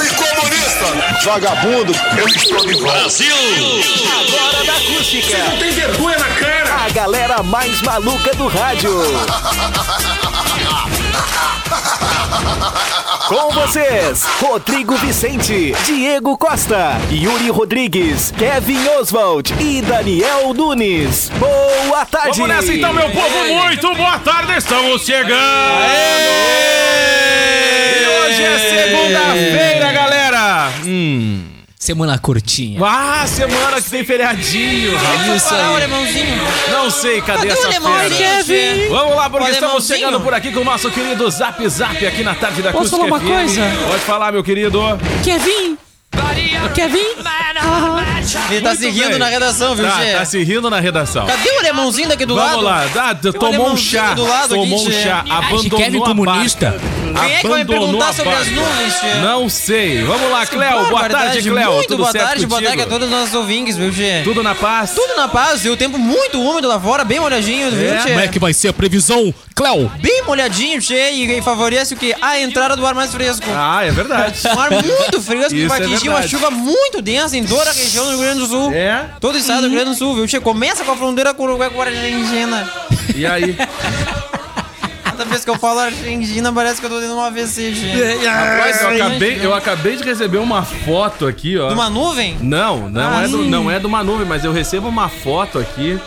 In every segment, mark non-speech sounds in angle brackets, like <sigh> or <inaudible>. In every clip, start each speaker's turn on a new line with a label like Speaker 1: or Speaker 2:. Speaker 1: e comunista.
Speaker 2: Vagabundo, eu estou de volta.
Speaker 1: Brasil!
Speaker 3: Não tem vergonha na cara!
Speaker 4: A galera mais maluca do rádio. Com vocês, Rodrigo Vicente, Diego Costa, Yuri Rodrigues, Kevin Oswald e Daniel Nunes. Boa tarde!
Speaker 3: Vamos nessa então, meu povo, muito boa tarde, estamos chegando! E hoje é segunda-feira, galera!
Speaker 5: Semana curtinha.
Speaker 3: Ah, semana que tem feriadinho!
Speaker 5: Isso aí.
Speaker 3: Não sei, cadê essa feira?
Speaker 6: Kevin?
Speaker 3: Vamos lá, porque
Speaker 6: O
Speaker 3: estamos
Speaker 6: alemãozinho?
Speaker 3: chegando por aqui com o nosso querido Zap Zap aqui na tarde da
Speaker 6: Posso
Speaker 3: Acústica
Speaker 6: falar uma
Speaker 3: FM.
Speaker 6: coisa?
Speaker 3: Pode falar, meu querido.
Speaker 6: Kevin? Kevin?
Speaker 7: Ele tá se rindo
Speaker 3: bem.
Speaker 7: na redação, viu,
Speaker 3: Tá,
Speaker 7: Gê?
Speaker 3: tá se rindo na redação.
Speaker 7: Cadê o alemãozinho daqui do
Speaker 3: Vamos
Speaker 7: lado?
Speaker 3: lá, dá- tomou um
Speaker 7: alemãozinho
Speaker 3: chá,
Speaker 7: do lado aqui,
Speaker 3: tomou um
Speaker 7: Gê.
Speaker 3: chá,
Speaker 5: Acho
Speaker 3: abandonou
Speaker 5: que Kevin
Speaker 3: a
Speaker 5: comunista.
Speaker 3: barca.
Speaker 7: Quem é que vai me
Speaker 3: Abandonou
Speaker 7: perguntar
Speaker 3: a
Speaker 7: sobre as
Speaker 3: barca.
Speaker 7: nuvens, Gê?
Speaker 3: Não sei. Vamos lá, Cléo. Ah, Boa
Speaker 7: Barbaridade.
Speaker 3: tarde, Cléo.
Speaker 7: Muito
Speaker 3: Tudo
Speaker 7: boa
Speaker 3: certo
Speaker 7: tarde, boa
Speaker 3: contigo?
Speaker 7: tarde a todos os nossos ouvintes, viu, Gê?
Speaker 3: Tudo na paz?
Speaker 7: Tudo na paz, e o tempo muito úmido lá fora, bem molhadinho, viu, Tchê?
Speaker 5: Como é que vai ser a previsão, Cléo?
Speaker 7: Bem molhadinho, Tchê, e e favorece o quê? A entrada do ar mais fresco.
Speaker 3: Ah, é verdade.
Speaker 7: Um ar
Speaker 3: <laughs>
Speaker 7: muito fresco que
Speaker 3: Isso
Speaker 7: vai
Speaker 3: é
Speaker 7: atingir uma
Speaker 3: verdade.
Speaker 7: chuva muito densa em toda a região do Rio Grande do Sul.
Speaker 3: É?
Speaker 7: Todo o estado do Rio Grande do Sul, viu, Tchê? Começa com a fronteira com o Uruguai com a Argentina.
Speaker 3: E
Speaker 5: <laughs>
Speaker 3: aí?
Speaker 7: Cada vez que eu falo Argentina, parece que eu tô tendo um AVC,
Speaker 3: É,
Speaker 7: Tchê.
Speaker 3: Rapaz, eu
Speaker 7: Ai,
Speaker 3: acabei, eu acabei de receber uma foto aqui, ó.
Speaker 7: De uma nuvem?
Speaker 3: Não, não,
Speaker 5: Ah,
Speaker 3: é do, não é de uma nuvem, mas eu recebo uma foto aqui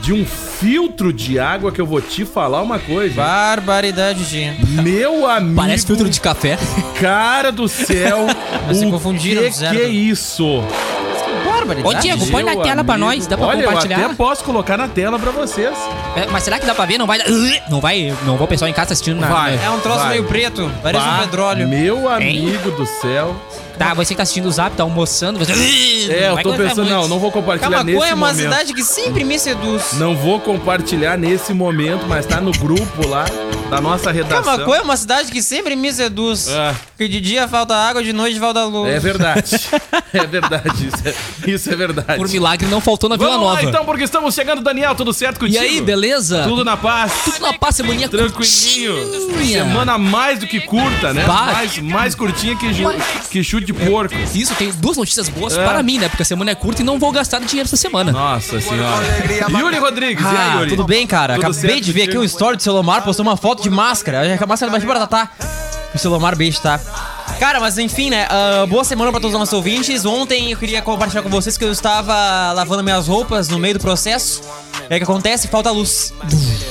Speaker 3: de um filtro de água que eu vou te falar uma coisa.
Speaker 7: Barbaridade, Gê.
Speaker 3: Meu amigo,
Speaker 5: Parece filtro de café.
Speaker 3: cara
Speaker 5: <laughs>
Speaker 3: do céu,
Speaker 7: Mas se
Speaker 3: o
Speaker 7: confundiram,
Speaker 3: que,
Speaker 7: fizeram.
Speaker 3: que é isso?
Speaker 7: Barbaridade.
Speaker 5: Ô, Diego, põe na
Speaker 3: Meu
Speaker 5: tela pra
Speaker 3: amigo.
Speaker 5: nós, dá pra
Speaker 3: Olha,
Speaker 5: compartilhar?
Speaker 3: eu até posso colocar na tela pra vocês.
Speaker 5: É, mas será que dá pra ver? Não vai. Não vai. Não vou o pessoal em casa assistindo nada. né?
Speaker 3: Vai.
Speaker 7: É um troço
Speaker 3: Vai.
Speaker 7: meio preto, parece
Speaker 3: Bah,
Speaker 7: um petróleo.
Speaker 3: Meu amigo do céu.
Speaker 5: Tá, você que tá assistindo o zap, tá almoçando. Você...
Speaker 3: É, eu
Speaker 5: Vai
Speaker 3: tô
Speaker 5: aguentar
Speaker 3: pensando, não,
Speaker 5: muito.
Speaker 3: não vou compartilhar
Speaker 7: Camacuã
Speaker 3: nesse
Speaker 7: é uma
Speaker 3: momento.
Speaker 7: cidade que sempre me seduz.
Speaker 3: Não vou compartilhar nesse momento, mas tá no grupo lá da nossa redação.
Speaker 7: Camacuã é uma cidade que sempre me seduz.
Speaker 3: tá É.
Speaker 7: Que de dia falta água, de noite falta luz.
Speaker 3: É verdade. <laughs> É verdade. Isso é, isso é verdade.
Speaker 5: Por milagre não faltou na Vila
Speaker 3: Vamos
Speaker 5: Nova.
Speaker 3: lá então, porque estamos chegando, Daniel, tudo
Speaker 5: E
Speaker 3: certo contigo?
Speaker 5: aí, beleza?
Speaker 3: Tudo na paz?
Speaker 5: Tudo na paz, semaninha
Speaker 3: Tranquilinho.
Speaker 5: curtinha.
Speaker 3: Semana mais do que curta, né?
Speaker 5: Vai.
Speaker 3: Mais, mais curtinha que, ju- que chute de porco.
Speaker 5: Isso, tem duas notícias boas
Speaker 3: É.
Speaker 5: para mim, né? Porque a semana é curta e não vou gastar dinheiro essa semana.
Speaker 3: Nossa senhora. Yuri Rodrigues, e aí,
Speaker 7: Ah,
Speaker 3: Yuri?
Speaker 7: tudo bem, cara?
Speaker 3: Tudo
Speaker 7: Acabei
Speaker 3: certo
Speaker 7: de ver aqui
Speaker 3: contigo?
Speaker 7: um story do Celomar, postou uma foto de máscara. Acho que a máscara vai te baratar. O Celomar, beijo, tá? Cara, mas enfim, né? ah, boa semana pra todos os nossos ouvintes. Ontem eu queria compartilhar com vocês que eu estava lavando minhas roupas no meio do processo. É o que acontece, falta luz.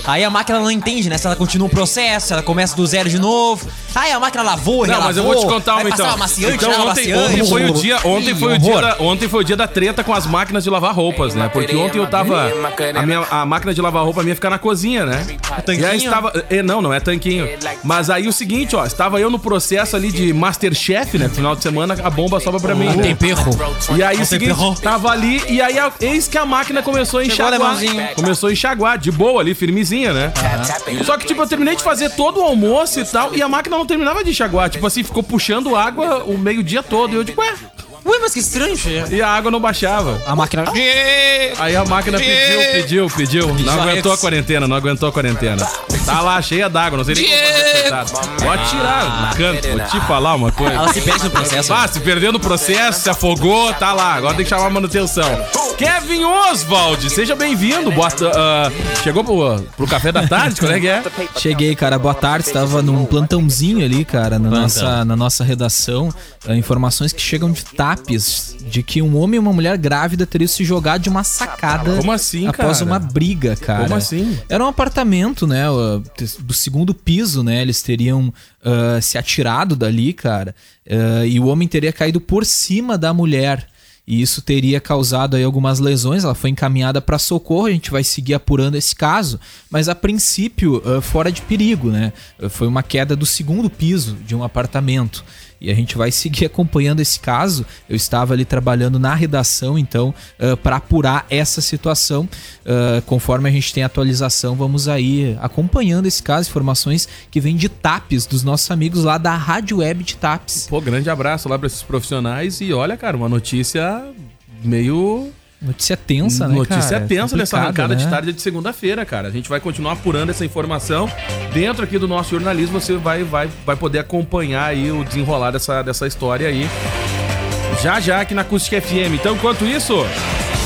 Speaker 7: Aí a máquina não entende, né? Se ela continua o processo, se ela começa do zero de novo. Aí a máquina lavou,
Speaker 3: Não, mas eu vou te contar uma então.
Speaker 7: né?
Speaker 3: então ontem, ontem foi o dia, ontem foi o dia, da, ontem foi o dia da treta com as máquinas de lavar roupas, né? Porque ontem eu tava a minha a máquina de lavar roupa minha ficar na cozinha, né? E aí
Speaker 7: tanquinho?
Speaker 3: estava, eh, não, não é tanquinho. Mas aí o seguinte, ó, estava eu no processo ali de MasterChef, né? Final de semana a bomba sobra pra mim. né?
Speaker 5: Tem perro.
Speaker 3: E aí o seguinte, tava ali e aí a- eis que a máquina começou a
Speaker 7: Chegou o
Speaker 3: enxaguar.
Speaker 7: alemãozinho.
Speaker 3: Começou a enxaguar, de boa ali, firmezinha, né? Só que, tipo, eu terminei de fazer todo o almoço e tal, e a máquina não terminava de enxaguar. Tipo assim, ficou puxando água o meio-dia todo. E eu, tipo, ué,
Speaker 7: Ué, mas que estranho, Che.
Speaker 3: e a água não baixava.
Speaker 5: A máquina.
Speaker 3: Aí a máquina pediu, pediu, pediu. Não aguentou a quarentena, não aguentou a quarentena. Tá lá, cheia d'água, não sei nem como tá sentado. Pode tirar no canto, vou te falar uma coisa.
Speaker 7: Ela se perde no processo. né?
Speaker 3: Ah, se perdeu no processo, se afogou, tá lá. Agora tem que chamar a manutenção. Kevin Oswald, seja bem-vindo. Boa ta- ah, chegou pro, pro café da tarde, como é que é?
Speaker 8: Cheguei, cara. Boa tarde. Estava num plantãozinho ali, cara, na, nossa, na nossa redação. Ah, Informações que chegam de TAPs de que um homem e uma mulher grávida teriam se jogado de uma sacada
Speaker 3: Como assim,
Speaker 8: após
Speaker 3: cara?
Speaker 8: uma briga, cara.
Speaker 3: Como assim?
Speaker 8: Era um apartamento, né? o- Do segundo piso, né? Eles teriam ah, se atirado dali, cara. ah, e o homem teria caído por cima da mulher. E isso teria causado aí algumas lesões. Ela foi encaminhada para socorro. A gente vai seguir apurando esse caso. Mas a princípio, ah, fora de perigo, né? Ah, Foi uma queda do segundo piso de um apartamento. E a gente vai seguir <laughs> acompanhando esse caso. Eu estava ali trabalhando na redação, então, para apurar essa situação. Uh, conforme a gente tem atualização, vamos aí acompanhando esse caso, informações que vêm de TAPs, dos nossos amigos lá da Rádio Web de TAPs.
Speaker 3: Pô, grande abraço lá para esses profissionais. E olha, cara, uma notícia meio
Speaker 8: Notícia tensa, né,
Speaker 3: Notícia
Speaker 7: é
Speaker 8: cara?
Speaker 3: tensa nessa
Speaker 8: Complicado,
Speaker 3: arrancada de
Speaker 8: né?
Speaker 3: tarde de segunda-feira, cara. A gente vai continuar apurando essa informação. Dentro aqui do nosso jornalismo, você vai, vai, vai poder acompanhar aí o desenrolar dessa, dessa história aí. Já já aqui na Acústica FM. Então, enquanto isso,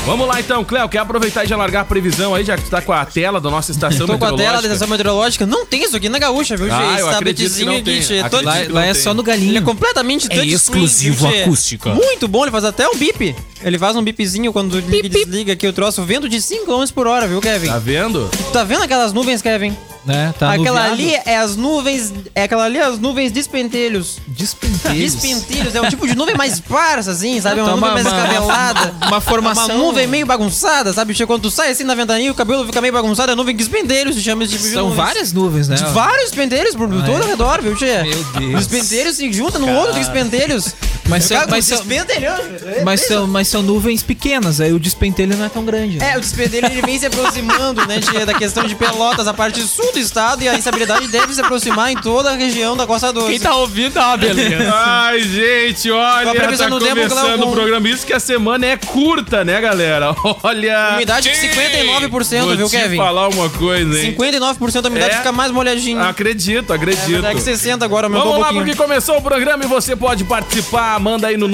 Speaker 3: vamos lá então, Cléo. Quer aproveitar e já largar a previsão aí, já que tu tá com a tela da nossa estação
Speaker 7: <laughs> Tô com a tela da
Speaker 3: meteorológica?
Speaker 7: estação meteorológica. Não tem isso aqui na gaúcha, viu,
Speaker 3: Ah,
Speaker 7: gente?
Speaker 3: eu acredito
Speaker 7: Esse
Speaker 3: que
Speaker 7: tabletezinho
Speaker 3: não tem.
Speaker 7: aqui, gente, é
Speaker 3: Acredito
Speaker 7: todo-
Speaker 8: Lá,
Speaker 3: que
Speaker 8: lá
Speaker 3: não
Speaker 8: é
Speaker 3: tem.
Speaker 8: só no
Speaker 7: Ele é
Speaker 8: galinho.
Speaker 7: completamente
Speaker 5: É exclusivo acústica.
Speaker 7: Muito bom, ele faz até um bip. Ele faz um bipzinho quando liga e desliga aqui o troço. Vento de 5 km por hora, viu, Kevin?
Speaker 3: Tá vendo?
Speaker 7: Tá vendo aquelas nuvens, Kevin?
Speaker 8: Né? Tá
Speaker 7: aquela
Speaker 8: nublado.
Speaker 7: ali é as nuvens. É aquela ali é as nuvens de espentelhos.
Speaker 8: Despenteiros.
Speaker 7: Despenteiros, é um tipo de nuvem <laughs> mais parça, assim, sabe? Uma
Speaker 8: Tá
Speaker 7: nuvem mais escabelada.
Speaker 8: Uma formação.
Speaker 7: Uma nuvem meio bagunçada, sabe? Che, Quando tu sai assim na ventaninha, o cabelo fica meio bagunçado, é nuvem que espendeiros, se chama esse
Speaker 5: é
Speaker 7: tipo de
Speaker 8: São
Speaker 7: nuvens.
Speaker 8: várias nuvens, né?
Speaker 7: De vários penteiros por todo
Speaker 8: é?
Speaker 7: ao redor, viu, Tchê?
Speaker 8: Meu Deus.
Speaker 7: Os penteiros se juntam no outro
Speaker 3: <laughs>
Speaker 7: dos penteiros.
Speaker 8: Mas são-
Speaker 7: cara, né?
Speaker 8: mas
Speaker 7: os
Speaker 8: são-
Speaker 7: despentelhos.
Speaker 8: Mas são, mas são nuvens pequenas, aí o despentelho não é tão grande. né?
Speaker 7: É, o despendelho ele vem se aproximando, né, Tchê, da questão de Pelotas, a parte sul do estado, e a instabilidade deve se aproximar em toda a região da Costa Doce.
Speaker 5: Quem tá ouvindo tá uma
Speaker 3: <laughs>
Speaker 5: beleza.
Speaker 3: Ai, gente, olha,
Speaker 7: Com a previsão
Speaker 3: tá
Speaker 7: do tempo,
Speaker 3: começando
Speaker 7: Cléo,
Speaker 3: o
Speaker 7: com-
Speaker 3: programa. Isso que a semana é curta, né, galera? <laughs> Olha...
Speaker 7: Umidade de 59%,
Speaker 3: Vou
Speaker 7: viu,
Speaker 3: te
Speaker 7: Kevin?
Speaker 3: falar uma coisa, hein?
Speaker 7: 59% da umidade
Speaker 3: É.
Speaker 7: fica mais molhadinha.
Speaker 3: Acredito, acredito.
Speaker 7: É que 60 agora, aumentou
Speaker 3: Vamos
Speaker 7: um
Speaker 3: lá,
Speaker 7: pouquinho.
Speaker 3: porque começou o programa e você pode participar. Manda aí no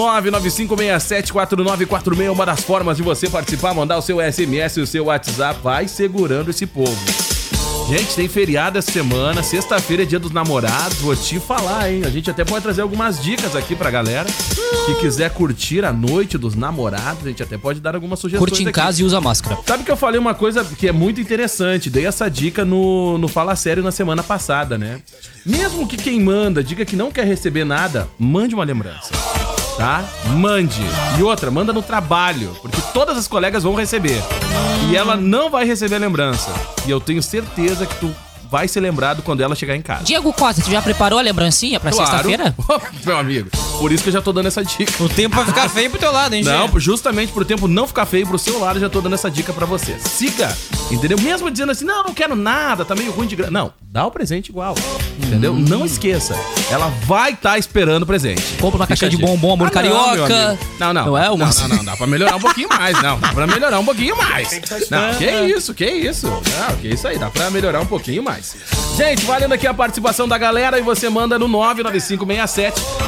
Speaker 3: 995674946, uma das formas de você participar, mandar o seu SMS e o seu WhatsApp. Vai segurando esse povo. Gente, tem feriado essa semana, sexta-feira é dia dos namorados, vou te falar, hein? A gente até pode trazer algumas dicas aqui pra galera que quiser curtir a noite dos namorados, a gente até pode dar algumas sugestões
Speaker 5: Curte em
Speaker 3: aqui.
Speaker 5: casa e usa máscara.
Speaker 3: Sabe que eu falei uma coisa que é muito interessante, dei essa dica no, no Fala Sério na semana passada, né? Mesmo que quem manda diga que não quer receber nada, mande uma lembrança. Tá? Mande. E outra, manda no trabalho, porque todas as colegas vão receber. E ela não vai receber a lembrança. E eu tenho certeza que tu vai ser lembrado quando ela chegar em casa.
Speaker 5: Diego Costa, tu já preparou a lembrancinha
Speaker 8: É
Speaker 5: pra sexta-feira?
Speaker 3: <laughs> Meu amigo. Por isso que eu já tô dando essa dica.
Speaker 7: O tempo vai ficar feio pro teu lado, hein, Gê?
Speaker 3: Ah. Não, justamente pro tempo não ficar feio pro seu lado, eu já tô dando essa dica pra você. Siga, entendeu? Mesmo dizendo assim, não, não quero nada, tá meio ruim de grana. Não, dá o presente igual, entendeu? Não esqueça, ela vai estar esperando o presente.
Speaker 5: Compra uma
Speaker 3: Fica
Speaker 5: caixinha
Speaker 3: a
Speaker 5: de
Speaker 3: dica.
Speaker 5: bombom, amor
Speaker 3: Ah, não,
Speaker 5: carioca.
Speaker 3: meu amigo. Não, não.
Speaker 5: Não é uma-
Speaker 3: Não, não, não, dá pra melhorar um pouquinho mais, não. Dá pra melhorar um pouquinho mais. Não, que isso, que isso. Não, que isso aí, dá pra melhorar um pouquinho mais. Gente, valendo aqui a participação da galera e você manda no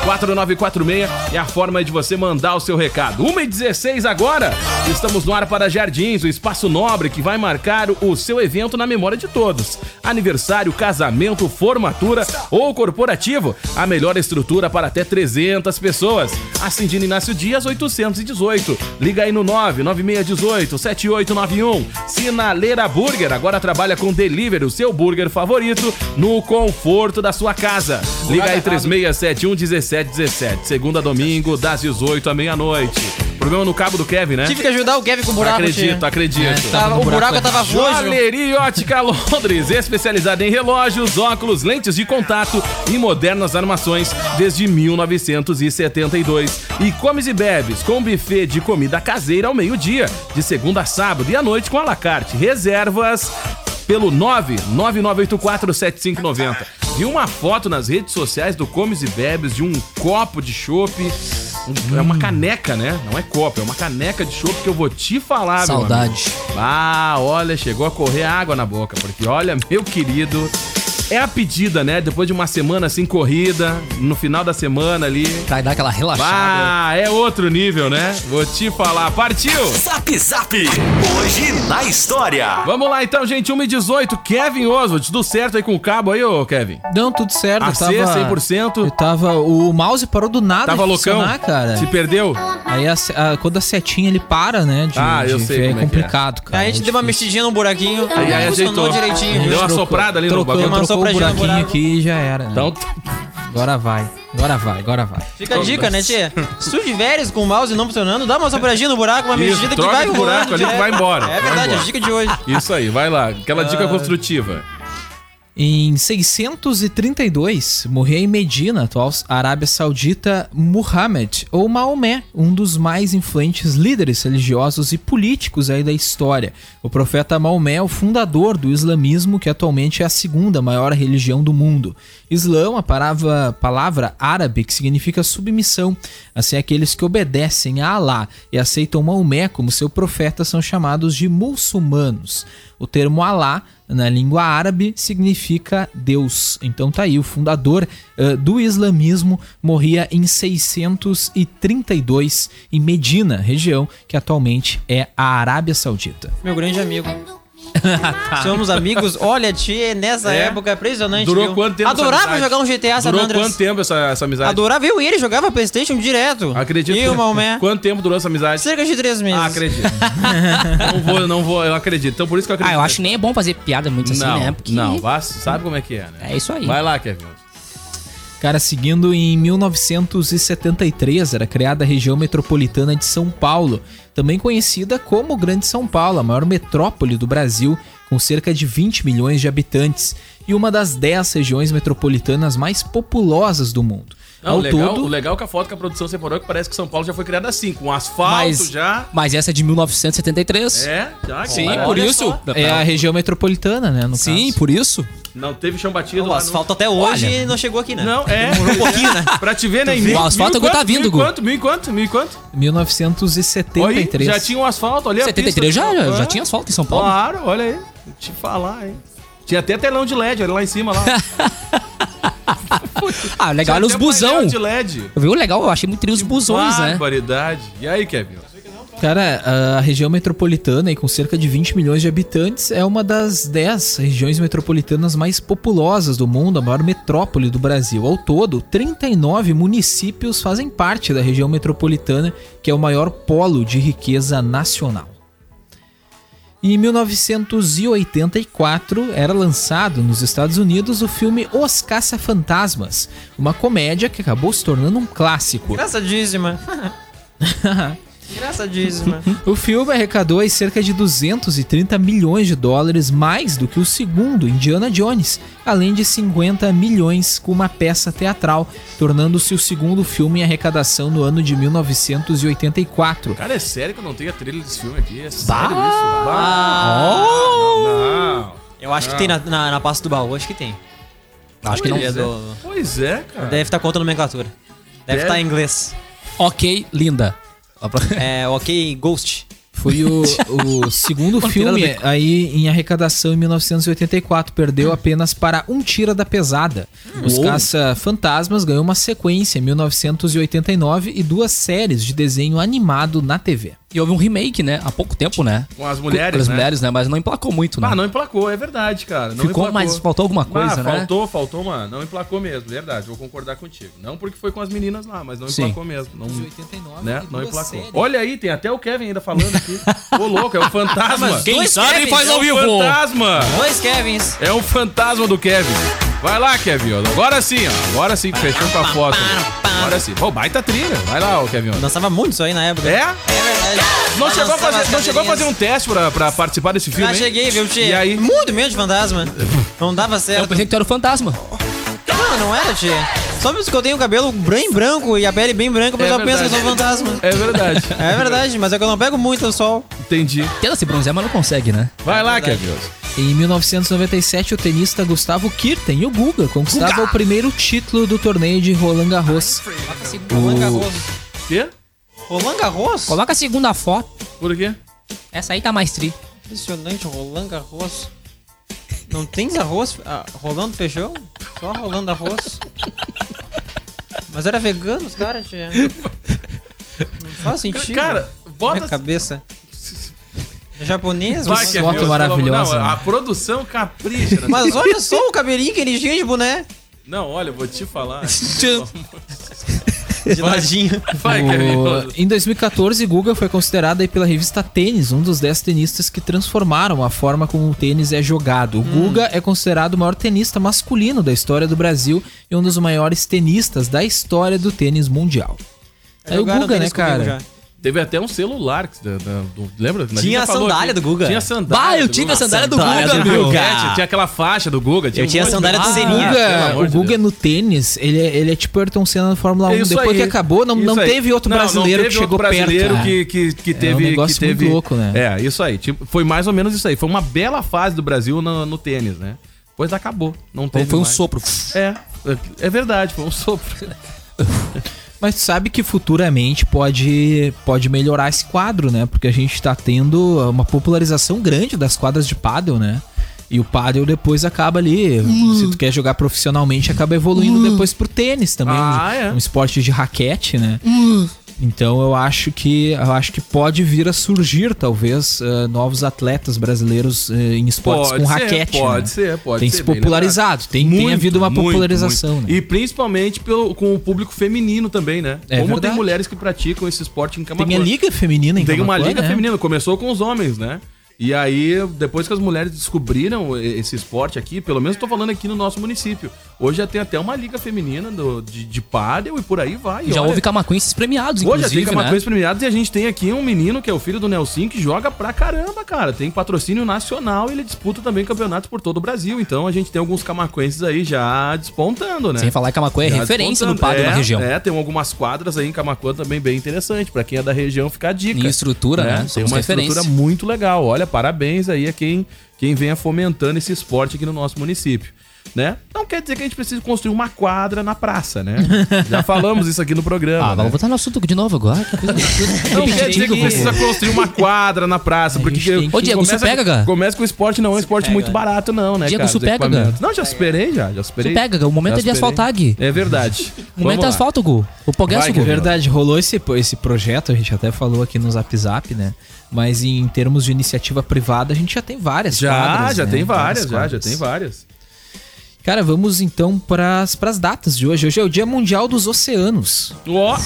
Speaker 3: 99567-4946. É a forma de você mandar o seu recado. 1h16 agora, estamos no ar para Jardins, o espaço nobre que vai marcar o seu evento na memória de todos. Aniversário, casamento, formatura ou corporativo. A melhor estrutura para até 300 pessoas. Ascendino Inácio Dias, 818. Liga aí no 99618-7891. Sinaleira Burger agora trabalha com delivery, o seu burger favorito, no conforto da sua casa. Liga aí 3671-1717. Segunda a domingo, das 18 à meia-noite. Problema no cabo do Kevin, né?
Speaker 7: Tive que ajudar o Kevin com o buraco,
Speaker 3: Acredito,
Speaker 7: Tchê.
Speaker 3: acredito.
Speaker 7: Tava- o buraco tava roxo.
Speaker 3: Joalheria Ótica Londres, especializada em relógios, óculos, lentes de contato e modernas armações desde 1972. E comes e bebes com buffet de comida caseira ao meio-dia, de segunda a sábado e à noite com alacarte. Reservas pelo 999847590. Vi uma foto nas redes sociais do Comes e Bebes de um copo de chopp. Um- É uma caneca, né? Não é copo, é uma caneca de chopp que eu vou te falar, meu amigo.
Speaker 5: Saudade.
Speaker 3: Ah, olha, chegou a correr água na boca, porque olha, meu querido, é a pedida, né? Depois de uma semana assim corrida, no final da semana ali.
Speaker 5: Pra dar aquela relaxada.
Speaker 3: Ah, é outro nível, né? Vou te falar. Partiu!
Speaker 4: Zap Zap. Hoje na história.
Speaker 3: Vamos lá então, gente. 1 e 18 Kevin Oswald. Tudo certo aí com o cabo aí, ô Kevin?
Speaker 8: Não, tudo certo. eu
Speaker 3: AC,
Speaker 8: tava-
Speaker 3: 100%.
Speaker 8: Eu tava. O mouse parou do nada
Speaker 3: Tava
Speaker 8: de
Speaker 3: loucão?
Speaker 8: funcionar, cara.
Speaker 3: Se perdeu?
Speaker 8: Aí a se- a- quando a setinha ele para, né? De,
Speaker 3: Ah, eu
Speaker 8: de-
Speaker 3: sei
Speaker 8: É
Speaker 3: como é que é.
Speaker 8: complicado, cara. É
Speaker 7: Aí a gente deu uma mexidinha no buraquinho,
Speaker 3: Aí, aí
Speaker 7: funcionou
Speaker 3: ajeitou.
Speaker 7: direitinho.
Speaker 3: Deu
Speaker 7: viu?
Speaker 3: uma soprada ali no
Speaker 8: trocou,
Speaker 3: bagulho.
Speaker 7: uma
Speaker 8: trocou o
Speaker 7: sopradinha no
Speaker 5: um
Speaker 8: buraquinho
Speaker 7: buraco.
Speaker 8: aqui e já era. né?
Speaker 3: Então,
Speaker 8: Agora vai. Agora vai, agora vai.
Speaker 7: Fica a dica, né, Tchê? <laughs> Se tu tiveres com o mouse não funcionando, dá uma sopradinha no buraco, uma
Speaker 3: Isso,
Speaker 7: mexida que
Speaker 3: troca
Speaker 7: vai
Speaker 3: de
Speaker 7: rolando,
Speaker 3: buraco ali que
Speaker 7: Tchê.
Speaker 3: vai embora,
Speaker 7: É
Speaker 3: vai
Speaker 7: verdade,
Speaker 3: embora.
Speaker 7: a dica de hoje.
Speaker 3: isso aí, vai lá. Aquela dica construtiva.
Speaker 8: Em 632, morreu em Medina, atual Arábia Saudita, Muhammad, ou Maomé, um dos mais influentes líderes religiosos e políticos aí da história. O profeta Maomé é o fundador do islamismo, que atualmente é a segunda maior religião do mundo. Islã é uma palavra, palavra árabe que significa submissão, assim aqueles que obedecem a Alá e aceitam Maomé como seu profeta são chamados de muçulmanos. O termo Alá na língua árabe significa Deus. Então tá aí, o fundador uh, do islamismo morria em 632 em Medina, região que atualmente é a Arábia Saudita.
Speaker 7: Meu grande
Speaker 8: <laughs>
Speaker 7: amigo.
Speaker 8: Tá.
Speaker 7: Somos amigos. Olha, tia, nessa
Speaker 3: É?
Speaker 7: época é impressionante.
Speaker 3: Durou
Speaker 7: viu?
Speaker 3: quanto tempo essa
Speaker 7: Adorava
Speaker 3: amizade?
Speaker 7: jogar um GTA San
Speaker 3: Durou
Speaker 7: Andreas.
Speaker 3: quanto tempo essa, essa amizade?
Speaker 7: Adorava eu e ele, jogava Playstation direto.
Speaker 3: Acredito.
Speaker 7: E o Maomé.
Speaker 3: <laughs> Quanto tempo durou essa amizade?
Speaker 7: Cerca de três meses.
Speaker 3: Ah, acredito. não vou, não vou, eu acredito. Então por isso que eu acredito.
Speaker 5: Ah, eu acho que nem é bom fazer piada muito assim,
Speaker 3: não,
Speaker 5: né? Porque
Speaker 3: não, vá, sabe como é que é, né?
Speaker 5: É isso aí.
Speaker 3: Vai lá, Kevin.
Speaker 8: Cara, seguindo em 1973, era criada a região metropolitana de São Paulo, também conhecida como Grande São Paulo, a maior metrópole do Brasil, com cerca de 20 milhões de habitantes e uma das 10 regiões metropolitanas mais populosas do mundo.
Speaker 3: Não,
Speaker 8: Ao
Speaker 3: o legal,
Speaker 8: todo,
Speaker 3: o legal é que a foto que a produção separou é que parece que São Paulo já foi criada assim, com asfalto
Speaker 5: Mas-
Speaker 3: já.
Speaker 5: Mas essa é de 1973.
Speaker 3: É, já. que
Speaker 5: Sim,
Speaker 3: maravilha.
Speaker 5: por isso.
Speaker 8: é a região metropolitana, né? no
Speaker 5: Sim,
Speaker 8: caso.
Speaker 5: por isso.
Speaker 3: Não teve chão batido.
Speaker 7: O
Speaker 3: lá,
Speaker 7: asfalto até hoje
Speaker 5: Olha.
Speaker 7: não chegou aqui, né?
Speaker 3: Não, Não, é. um pouquinho, né? <laughs> Pra te ver, né? Em
Speaker 5: O asfalto
Speaker 3: mil e
Speaker 5: tá
Speaker 3: quanto,
Speaker 5: vindo,
Speaker 3: mil e
Speaker 5: Gu.
Speaker 3: quanto, Mil e quanto? Mil e quanto? Olha aí,
Speaker 8: 1973.
Speaker 3: já tinha um asfalto ali. a
Speaker 5: 73
Speaker 3: pista.
Speaker 5: já, já, já
Speaker 3: Ah,
Speaker 5: tinha asfalto em São Paulo.
Speaker 3: Claro, olha aí. Vou te falar, hein. Tinha até telão de LED, olha lá em cima lá.
Speaker 5: <laughs> Ah,
Speaker 3: Tinha
Speaker 5: legal, olha os
Speaker 3: até painel
Speaker 5: busão.
Speaker 3: De LED.
Speaker 5: Viu? Legal, eu achei muito trio os busões, né?
Speaker 3: Barbaridade. E aí, Kevin?
Speaker 8: Cara, a região metropolitana, aí, com cerca de 20 milhões de habitantes, é uma das 10 regiões metropolitanas mais populosas do mundo, a maior metrópole do Brasil. Ao todo, 39 municípios fazem parte da região metropolitana, que é o maior polo de riqueza nacional. Em 1984 era lançado nos Estados Unidos o filme Os Caça-Fantasmas, uma comédia que acabou se tornando um clássico.
Speaker 7: <laughs> Engraçadíssima. Engraçadíssima.
Speaker 8: O filme arrecadou aí cerca de 230 milhões de dólares, mais do que o segundo Indiana Jones, além de 50 milhões com uma peça teatral, tornando-se o segundo filme em arrecadação no ano de 1984.
Speaker 3: Cara, é sério que eu não tenho a trilha desse filme aqui? É sério isso? Bah. Não, não.
Speaker 7: Ah. Eu acho que tem na, na, na pasta do baú, acho que tem.
Speaker 5: Acho que não.
Speaker 7: Ele é
Speaker 3: Pois
Speaker 7: do-
Speaker 3: é, pois é cara.
Speaker 7: Deve estar tá conta a nomenclatura. Deve
Speaker 3: Deve.
Speaker 7: estar em inglês.
Speaker 5: Ok, linda.
Speaker 7: É, ok, Ghost.
Speaker 5: <laughs>
Speaker 8: Foi o, o segundo
Speaker 5: Lanterna
Speaker 8: filme aí em arrecadação em
Speaker 5: Ah.
Speaker 8: 1984. Perdeu apenas para Um Tira da Pesada. Os Caça-Fantasmas ganhou uma sequência em 1989 e duas séries de desenho animado na TV.
Speaker 5: E houve um remake, né? Há pouco tempo, né?
Speaker 3: Com as
Speaker 5: Com
Speaker 3: mulheres,
Speaker 5: as
Speaker 3: né?
Speaker 5: mulheres, né? Mas não emplacou muito, né?
Speaker 3: Ah, não emplacou, é verdade, cara. Não
Speaker 5: Ficou,
Speaker 3: emplacou.
Speaker 5: mas faltou alguma coisa,
Speaker 3: ah,
Speaker 5: né?
Speaker 3: Faltou, faltou, mano. Não emplacou mesmo, verdade. Vou concordar contigo. Não porque foi com as meninas lá, mas não
Speaker 5: Sim.
Speaker 3: emplacou mesmo. Não,
Speaker 8: 89
Speaker 3: né?
Speaker 8: e
Speaker 3: não
Speaker 8: duas
Speaker 3: emplacou.
Speaker 8: séries.
Speaker 3: Olha aí, tem até o Kevin ainda falando
Speaker 5: <laughs>
Speaker 3: aqui. Ô, louco, é um fantasma.
Speaker 5: Quem
Speaker 7: Dois
Speaker 5: sabe
Speaker 7: Kevins,
Speaker 5: faz
Speaker 7: é
Speaker 5: ao
Speaker 7: um
Speaker 5: vivo.
Speaker 3: Fantasma!
Speaker 7: Dois Kevins.
Speaker 3: É um fantasma do Kevin. Vai lá, Kevin. ó. Agora sim, ó. Agora sim, fechou com a foto. né? Agora sim. Pô, baita trilha. Vai lá, ô, Kevin. ó.
Speaker 7: Dançava muito isso aí na época.
Speaker 3: É? Não chegou, a
Speaker 7: Dançava
Speaker 3: fazer, não
Speaker 7: as
Speaker 3: chegou a fazer um
Speaker 7: cadeirinhas.
Speaker 3: teste pra, pra participar desse filme,
Speaker 7: Já
Speaker 3: hein?
Speaker 7: cheguei, viu, tia?
Speaker 3: E aí?
Speaker 7: Muito medo de fantasma. Não dava
Speaker 5: Eu
Speaker 7: certo.
Speaker 5: pensei que tu era o fantasma.
Speaker 7: Não, não era, tia. Só mesmo que eu tenho o cabelo bem branco e a pele bem branca, o pessoal pensa que eu
Speaker 3: É verdade.
Speaker 7: sou um fantasma.
Speaker 3: É verdade.
Speaker 7: <laughs> É verdade, mas é que eu não pego muito o sol.
Speaker 3: Entendi.
Speaker 5: Tenta se bronzear, mas não consegue, né?
Speaker 3: Vai
Speaker 7: É
Speaker 3: lá, Kevin.
Speaker 8: Em 1997, o tenista Gustavo Kirten e o Guga conquistavam o primeiro título do torneio de Roland Garros.
Speaker 3: Uh.
Speaker 7: Roland Garros.
Speaker 3: Quê?
Speaker 7: Roland Garros?
Speaker 5: Coloca a segunda foto.
Speaker 3: Por quê?
Speaker 5: Essa aí tá mais tri.
Speaker 7: Impressionante, Roland Garros. Não tem arroz? ah, rolando feijão? Só rolando arroz? Mas era vegano os caras, tia. Não faz sentido.
Speaker 3: Cara,
Speaker 7: minha
Speaker 3: bota.
Speaker 7: cabeça. É japonês?
Speaker 3: Vai,
Speaker 7: mas-
Speaker 3: Kevin.
Speaker 8: foto
Speaker 3: pelo
Speaker 8: maravilhosa,
Speaker 3: amor- Não,
Speaker 8: né?
Speaker 3: a produção capricha. né?
Speaker 7: Mas olha só o cabelinho que ele tinha de boné.
Speaker 3: Não, olha, eu vou te
Speaker 7: <laughs>
Speaker 3: falar.
Speaker 7: De ladinho.
Speaker 3: Vai,
Speaker 8: O-
Speaker 3: Kevin.
Speaker 8: Em 2014, Guga foi considerado aí pela revista Tênis um dos 10 tenistas que transformaram a forma como o tênis é jogado. O
Speaker 3: Hum.
Speaker 8: Guga é considerado o maior tenista masculino da história do Brasil e um dos maiores tenistas da história do tênis mundial. Aí o
Speaker 7: É Jogaram
Speaker 8: Guga, né,
Speaker 7: tênis comigo
Speaker 8: cara?
Speaker 7: já.
Speaker 3: Teve até um celular. que- da- da- do- lembra? A gente
Speaker 7: Tinha
Speaker 3: já
Speaker 7: a
Speaker 3: falou
Speaker 7: sandália
Speaker 3: aqui.
Speaker 7: do Guga.
Speaker 3: Tinha a sandália.
Speaker 7: Bah, eu
Speaker 3: do
Speaker 7: tive a
Speaker 3: Guga.
Speaker 7: sandália do
Speaker 5: sandália
Speaker 7: Guga,
Speaker 5: do
Speaker 7: meu.
Speaker 5: Guga.
Speaker 3: É, tinha- tinha aquela faixa do Guga.
Speaker 7: Eu tinha
Speaker 3: um
Speaker 7: a
Speaker 3: monte de-
Speaker 7: sandália do
Speaker 3: Ah,
Speaker 7: Zeninha.
Speaker 3: pelo
Speaker 8: Guga,
Speaker 3: amor
Speaker 8: o
Speaker 3: de
Speaker 8: Guga
Speaker 3: Deus.
Speaker 8: no tênis, ele é, ele é tipo Ayrton Senna na Fórmula 1.
Speaker 3: É isso
Speaker 8: Depois
Speaker 3: aí,
Speaker 8: que acabou, não,
Speaker 3: isso
Speaker 8: não
Speaker 3: aí.
Speaker 8: teve outro
Speaker 3: Não, não
Speaker 8: brasileiro
Speaker 3: teve
Speaker 8: que chegou
Speaker 3: outro brasileiro
Speaker 8: perto.
Speaker 3: que, que, que
Speaker 8: um
Speaker 3: teve.
Speaker 8: negócio
Speaker 3: que teve
Speaker 8: muito louco, né?
Speaker 3: É, isso aí. Tipo, foi mais ou menos isso aí. Foi uma bela fase do Brasil no, no tênis, né? Pois acabou. Não
Speaker 8: Ah,
Speaker 5: Foi,
Speaker 3: teve
Speaker 5: foi um
Speaker 3: mais.
Speaker 5: sopro.
Speaker 3: É, é verdade, foi um <laughs> sopro.
Speaker 8: Mas tu sabe que futuramente pode, pode melhorar esse quadro, né? Porque a gente tá tendo uma popularização grande das quadras de pádel, né? E o pádel depois acaba ali, se tu quer jogar profissionalmente, acaba evoluindo depois pro tênis também,
Speaker 3: Ah,
Speaker 8: um,
Speaker 3: é.
Speaker 8: um esporte de raquete, né? Então eu acho que eu acho que pode vir a surgir talvez eh, novos atletas brasileiros eh, em esportes
Speaker 3: Pode
Speaker 8: com
Speaker 3: ser,
Speaker 8: raquete.
Speaker 3: pode
Speaker 8: né?
Speaker 3: ser, pode
Speaker 8: tem
Speaker 3: ser,
Speaker 8: se
Speaker 3: bem
Speaker 8: popularizado, tem, tem
Speaker 3: Muito,
Speaker 8: havido uma
Speaker 3: muito,
Speaker 8: popularização,
Speaker 3: muito.
Speaker 8: né?
Speaker 3: E principalmente pelo, com o público feminino também, né?
Speaker 8: É
Speaker 3: Como tem
Speaker 8: verdade.
Speaker 3: mulheres que praticam esse esporte em Camacuã.
Speaker 8: Tem a liga feminina em
Speaker 3: Tem uma
Speaker 8: Camaquã,
Speaker 3: liga
Speaker 8: né?
Speaker 3: feminina, começou com os homens, né? E aí, depois que as mulheres descobriram e- esse esporte aqui, pelo menos tô falando aqui no nosso município. Hoje já tem até uma liga feminina do- de, de pádel e por aí vai. E
Speaker 5: Já
Speaker 3: olha,
Speaker 5: houve camacuenses premiados,
Speaker 3: Hoje é já
Speaker 5: inclusive,
Speaker 3: tem
Speaker 5: né?
Speaker 3: Camacuãs premiados e a gente tem aqui um menino que é o filho do Nelson que joga pra caramba, cara. Tem patrocínio nacional e ele disputa também campeonatos por todo o Brasil. Então a gente tem alguns camacuenses aí já despontando, né?
Speaker 5: Sem falar que Camacuã é
Speaker 3: Já
Speaker 5: referência do
Speaker 3: despontando.
Speaker 5: padre
Speaker 3: é,
Speaker 5: na região.
Speaker 3: É, tem algumas quadras aí em Camacuã também bem interessante. Pra quem é da região, fica a dica.
Speaker 5: Em estrutura, né?
Speaker 3: Tem
Speaker 5: Somos
Speaker 3: uma
Speaker 5: referência.
Speaker 3: estrutura muito legal. Olha, parabéns aí a quem, quem venha fomentando esse esporte aqui no nosso município. Né? Não quer dizer que a gente precisa construir uma quadra na
Speaker 5: <laughs>
Speaker 3: praça, né? Já falamos isso aqui no programa.
Speaker 5: Ah,
Speaker 3: né?
Speaker 5: vamos voltar no assunto de novo agora. que coisa-
Speaker 3: Não quer dizer que precisa construir uma quadra na praça, porque...
Speaker 5: tem que- é. Ô, Diego,
Speaker 3: começa,
Speaker 5: isso pega, cara?
Speaker 3: Começa com o esporte, não é um esporte muito barato, não, né,
Speaker 5: Diego,
Speaker 3: cara?
Speaker 5: isso
Speaker 3: os
Speaker 5: pega,
Speaker 3: equipamentos.
Speaker 5: cara?
Speaker 3: Não, já superei, já, já superei.
Speaker 5: Isso pega, cara, o momento
Speaker 7: Tá
Speaker 3: Já
Speaker 5: é de
Speaker 3: superei.
Speaker 5: asfaltar, Gui.
Speaker 3: É verdade.
Speaker 5: <laughs> O momento é
Speaker 3: Vamos lá.
Speaker 5: asfalto, Gu. O progresso,
Speaker 3: Vai,
Speaker 5: Gu.
Speaker 8: É verdade, rolou esse, esse projeto, a gente até falou aqui no Zap Zap, né? Mas em termos de iniciativa privada, a gente já tem várias
Speaker 3: Já,
Speaker 8: quadras,
Speaker 3: Ah, já
Speaker 8: né?
Speaker 3: tem várias, já, já
Speaker 8: quadras.
Speaker 3: tem várias.
Speaker 8: Cara, vamos então pras as datas de hoje. Hoje é o Dia Mundial dos Oceanos.
Speaker 3: Ó,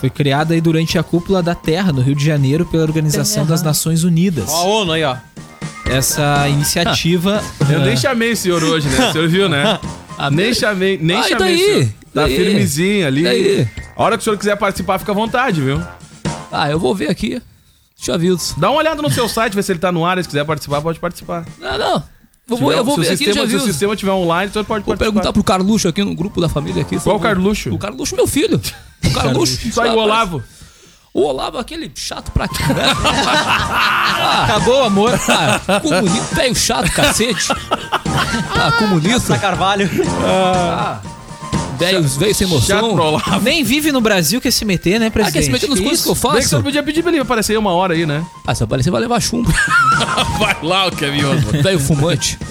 Speaker 8: Foi criada aí durante a cúpula da Terra, no Rio de Janeiro, pela Organização das Nações Unidas.
Speaker 7: Ó a ONU aí, ó.
Speaker 8: Essa iniciativa...
Speaker 3: <laughs> eu
Speaker 8: ah,
Speaker 3: nem chamei o senhor hoje, né? O senhor
Speaker 5: <laughs>
Speaker 3: viu, né? Nem chamei, nem
Speaker 5: Ah, e
Speaker 3: chamei
Speaker 5: daí?
Speaker 3: o senhor. Tá
Speaker 5: Daí?
Speaker 3: firmezinho ali.
Speaker 5: Daí?
Speaker 3: A hora que o senhor quiser participar, fica à vontade, viu?
Speaker 5: Ah, eu vou ver aqui. Deixa eu ver. os-
Speaker 3: Dá uma olhada no seu site, ver se ele tá no ar. Se quiser participar, pode participar.
Speaker 5: Não, não. Eu
Speaker 3: Se
Speaker 5: vou,
Speaker 3: tiver-
Speaker 5: eu vou
Speaker 3: se o
Speaker 5: ver aqui,
Speaker 3: sistema,
Speaker 5: já
Speaker 3: Se
Speaker 5: viu.
Speaker 3: o sistema tiver online, o senhor pode
Speaker 5: Vou
Speaker 3: participar.
Speaker 5: perguntar pro Carluxo aqui no grupo da família aqui. se
Speaker 3: Qual
Speaker 5: eu vou-
Speaker 3: Carluxo?
Speaker 5: O Carluxo, meu filho. O Carluxo.
Speaker 3: Só aí o
Speaker 5: Rapaz,
Speaker 3: Olavo.
Speaker 5: O Olavo, aquele chato pra cá. Acabou o amor. Ah, comunista, velho chato, cacete. Ah, comunista,
Speaker 7: Carvalho.
Speaker 5: velho, velho sem
Speaker 3: Chato
Speaker 5: emoção.
Speaker 3: pro Olavo.
Speaker 8: Nem vive no Brasil quer se meter, né,
Speaker 5: Ah,
Speaker 8: presidente?
Speaker 5: quer se meter nos
Speaker 8: Que
Speaker 5: cursos que eu
Speaker 8: isso?
Speaker 3: Bem que o senhor
Speaker 5: faço?
Speaker 3: podia pedir pra ele aparecer uma hora aí, né?
Speaker 5: Ah, se aparecer vai levar chumbo.
Speaker 3: <laughs> Vai lá, o Kevin Oswald.
Speaker 5: Velho fumante.
Speaker 8: <laughs>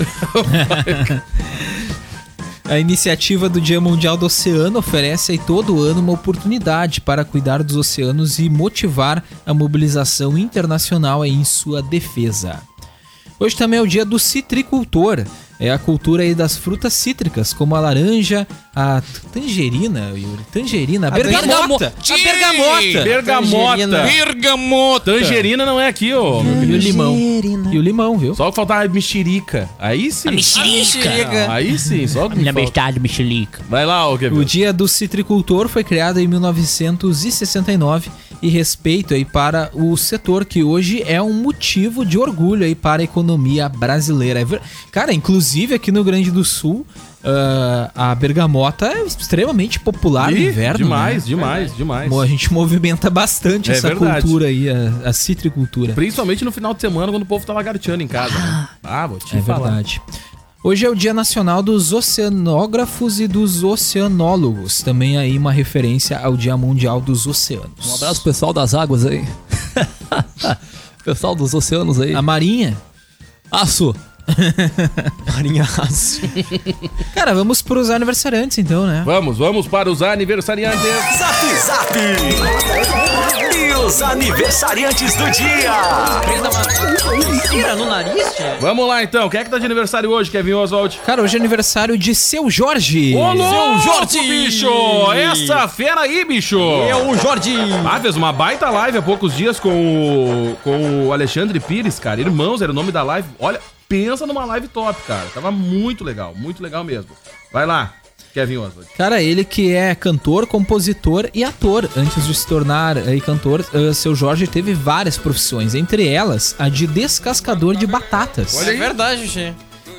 Speaker 8: A iniciativa do Dia Mundial do Oceano oferece aí todo ano uma oportunidade para cuidar dos oceanos e motivar a mobilização internacional aí em sua defesa. Hoje também é o dia do citricultor. É a cultura aí das frutas cítricas, como a laranja, a tangerina, Yuri, tangerina, a bergamota.
Speaker 5: A
Speaker 7: É.
Speaker 5: bergamota.
Speaker 3: Bergamota.
Speaker 5: Bergamota.
Speaker 3: Tangerina não é aqui, ô. meu
Speaker 8: E o
Speaker 3: querido.
Speaker 8: limão. E o limão, viu?
Speaker 3: Só que faltava a mexerica. Aí sim. Ah,
Speaker 7: Chega.
Speaker 3: Aí sim, só que me falta.
Speaker 5: mexilica.
Speaker 3: Vai lá, ô
Speaker 8: O
Speaker 3: Kevin.
Speaker 8: Dia do Citricultor foi criado em 1969 e respeito aí para o setor que hoje é um motivo de orgulho aí para a economia brasileira. É ver- Cara, inclusive aqui no Rio Grande do Sul, ah, a bergamota é extremamente popular no
Speaker 3: Ih,
Speaker 8: inverno.
Speaker 3: demais,
Speaker 8: né?
Speaker 3: demais, demais.
Speaker 8: Bom, a gente <laughs> movimenta bastante
Speaker 3: É
Speaker 8: essa
Speaker 3: verdade.
Speaker 8: cultura aí, a, a citricultura.
Speaker 3: Principalmente no final de semana, quando o povo tá lagarteando em casa. né? Ah, vou te
Speaker 8: É
Speaker 3: falar.
Speaker 8: verdade. Hoje é o Dia Nacional dos Oceanógrafos e dos Oceanólogos. Também aí uma referência ao Dia Mundial dos Oceanos.
Speaker 5: Um abraço pro pessoal das águas aí. pessoal dos oceanos aí.
Speaker 8: A Marinha. <laughs>
Speaker 5: Aço.
Speaker 7: Marinhaço.
Speaker 8: Cara, vamos pros aniversariantes então, né?
Speaker 3: Vamos, vamos para os aniversariantes.
Speaker 4: Zap Zap! E os aniversariantes do dia!
Speaker 7: Tira no nariz, tia.
Speaker 3: Vamos lá, então. Quem é que tá de aniversário hoje, Kevin Oswald?
Speaker 8: Cara, hoje é aniversário de Seu Jorge.
Speaker 3: Ô, louco,
Speaker 7: Jorge!
Speaker 3: bicho! Essa fera aí, bicho!
Speaker 7: É o Jorge.
Speaker 3: Ah, fez uma baita live há poucos dias com o, com o Alexandre Pires, cara. Irmãos era o nome da live. Olha, pensa numa live top, cara. Tava muito legal, muito legal mesmo. Vai lá. Kevin Oswald.
Speaker 8: Cara, ele que é cantor, compositor e ator. Antes de se tornar aí cantor, eh, seu Jorge teve várias profissões, entre elas a de descascador de batatas.
Speaker 7: É verdade, gente.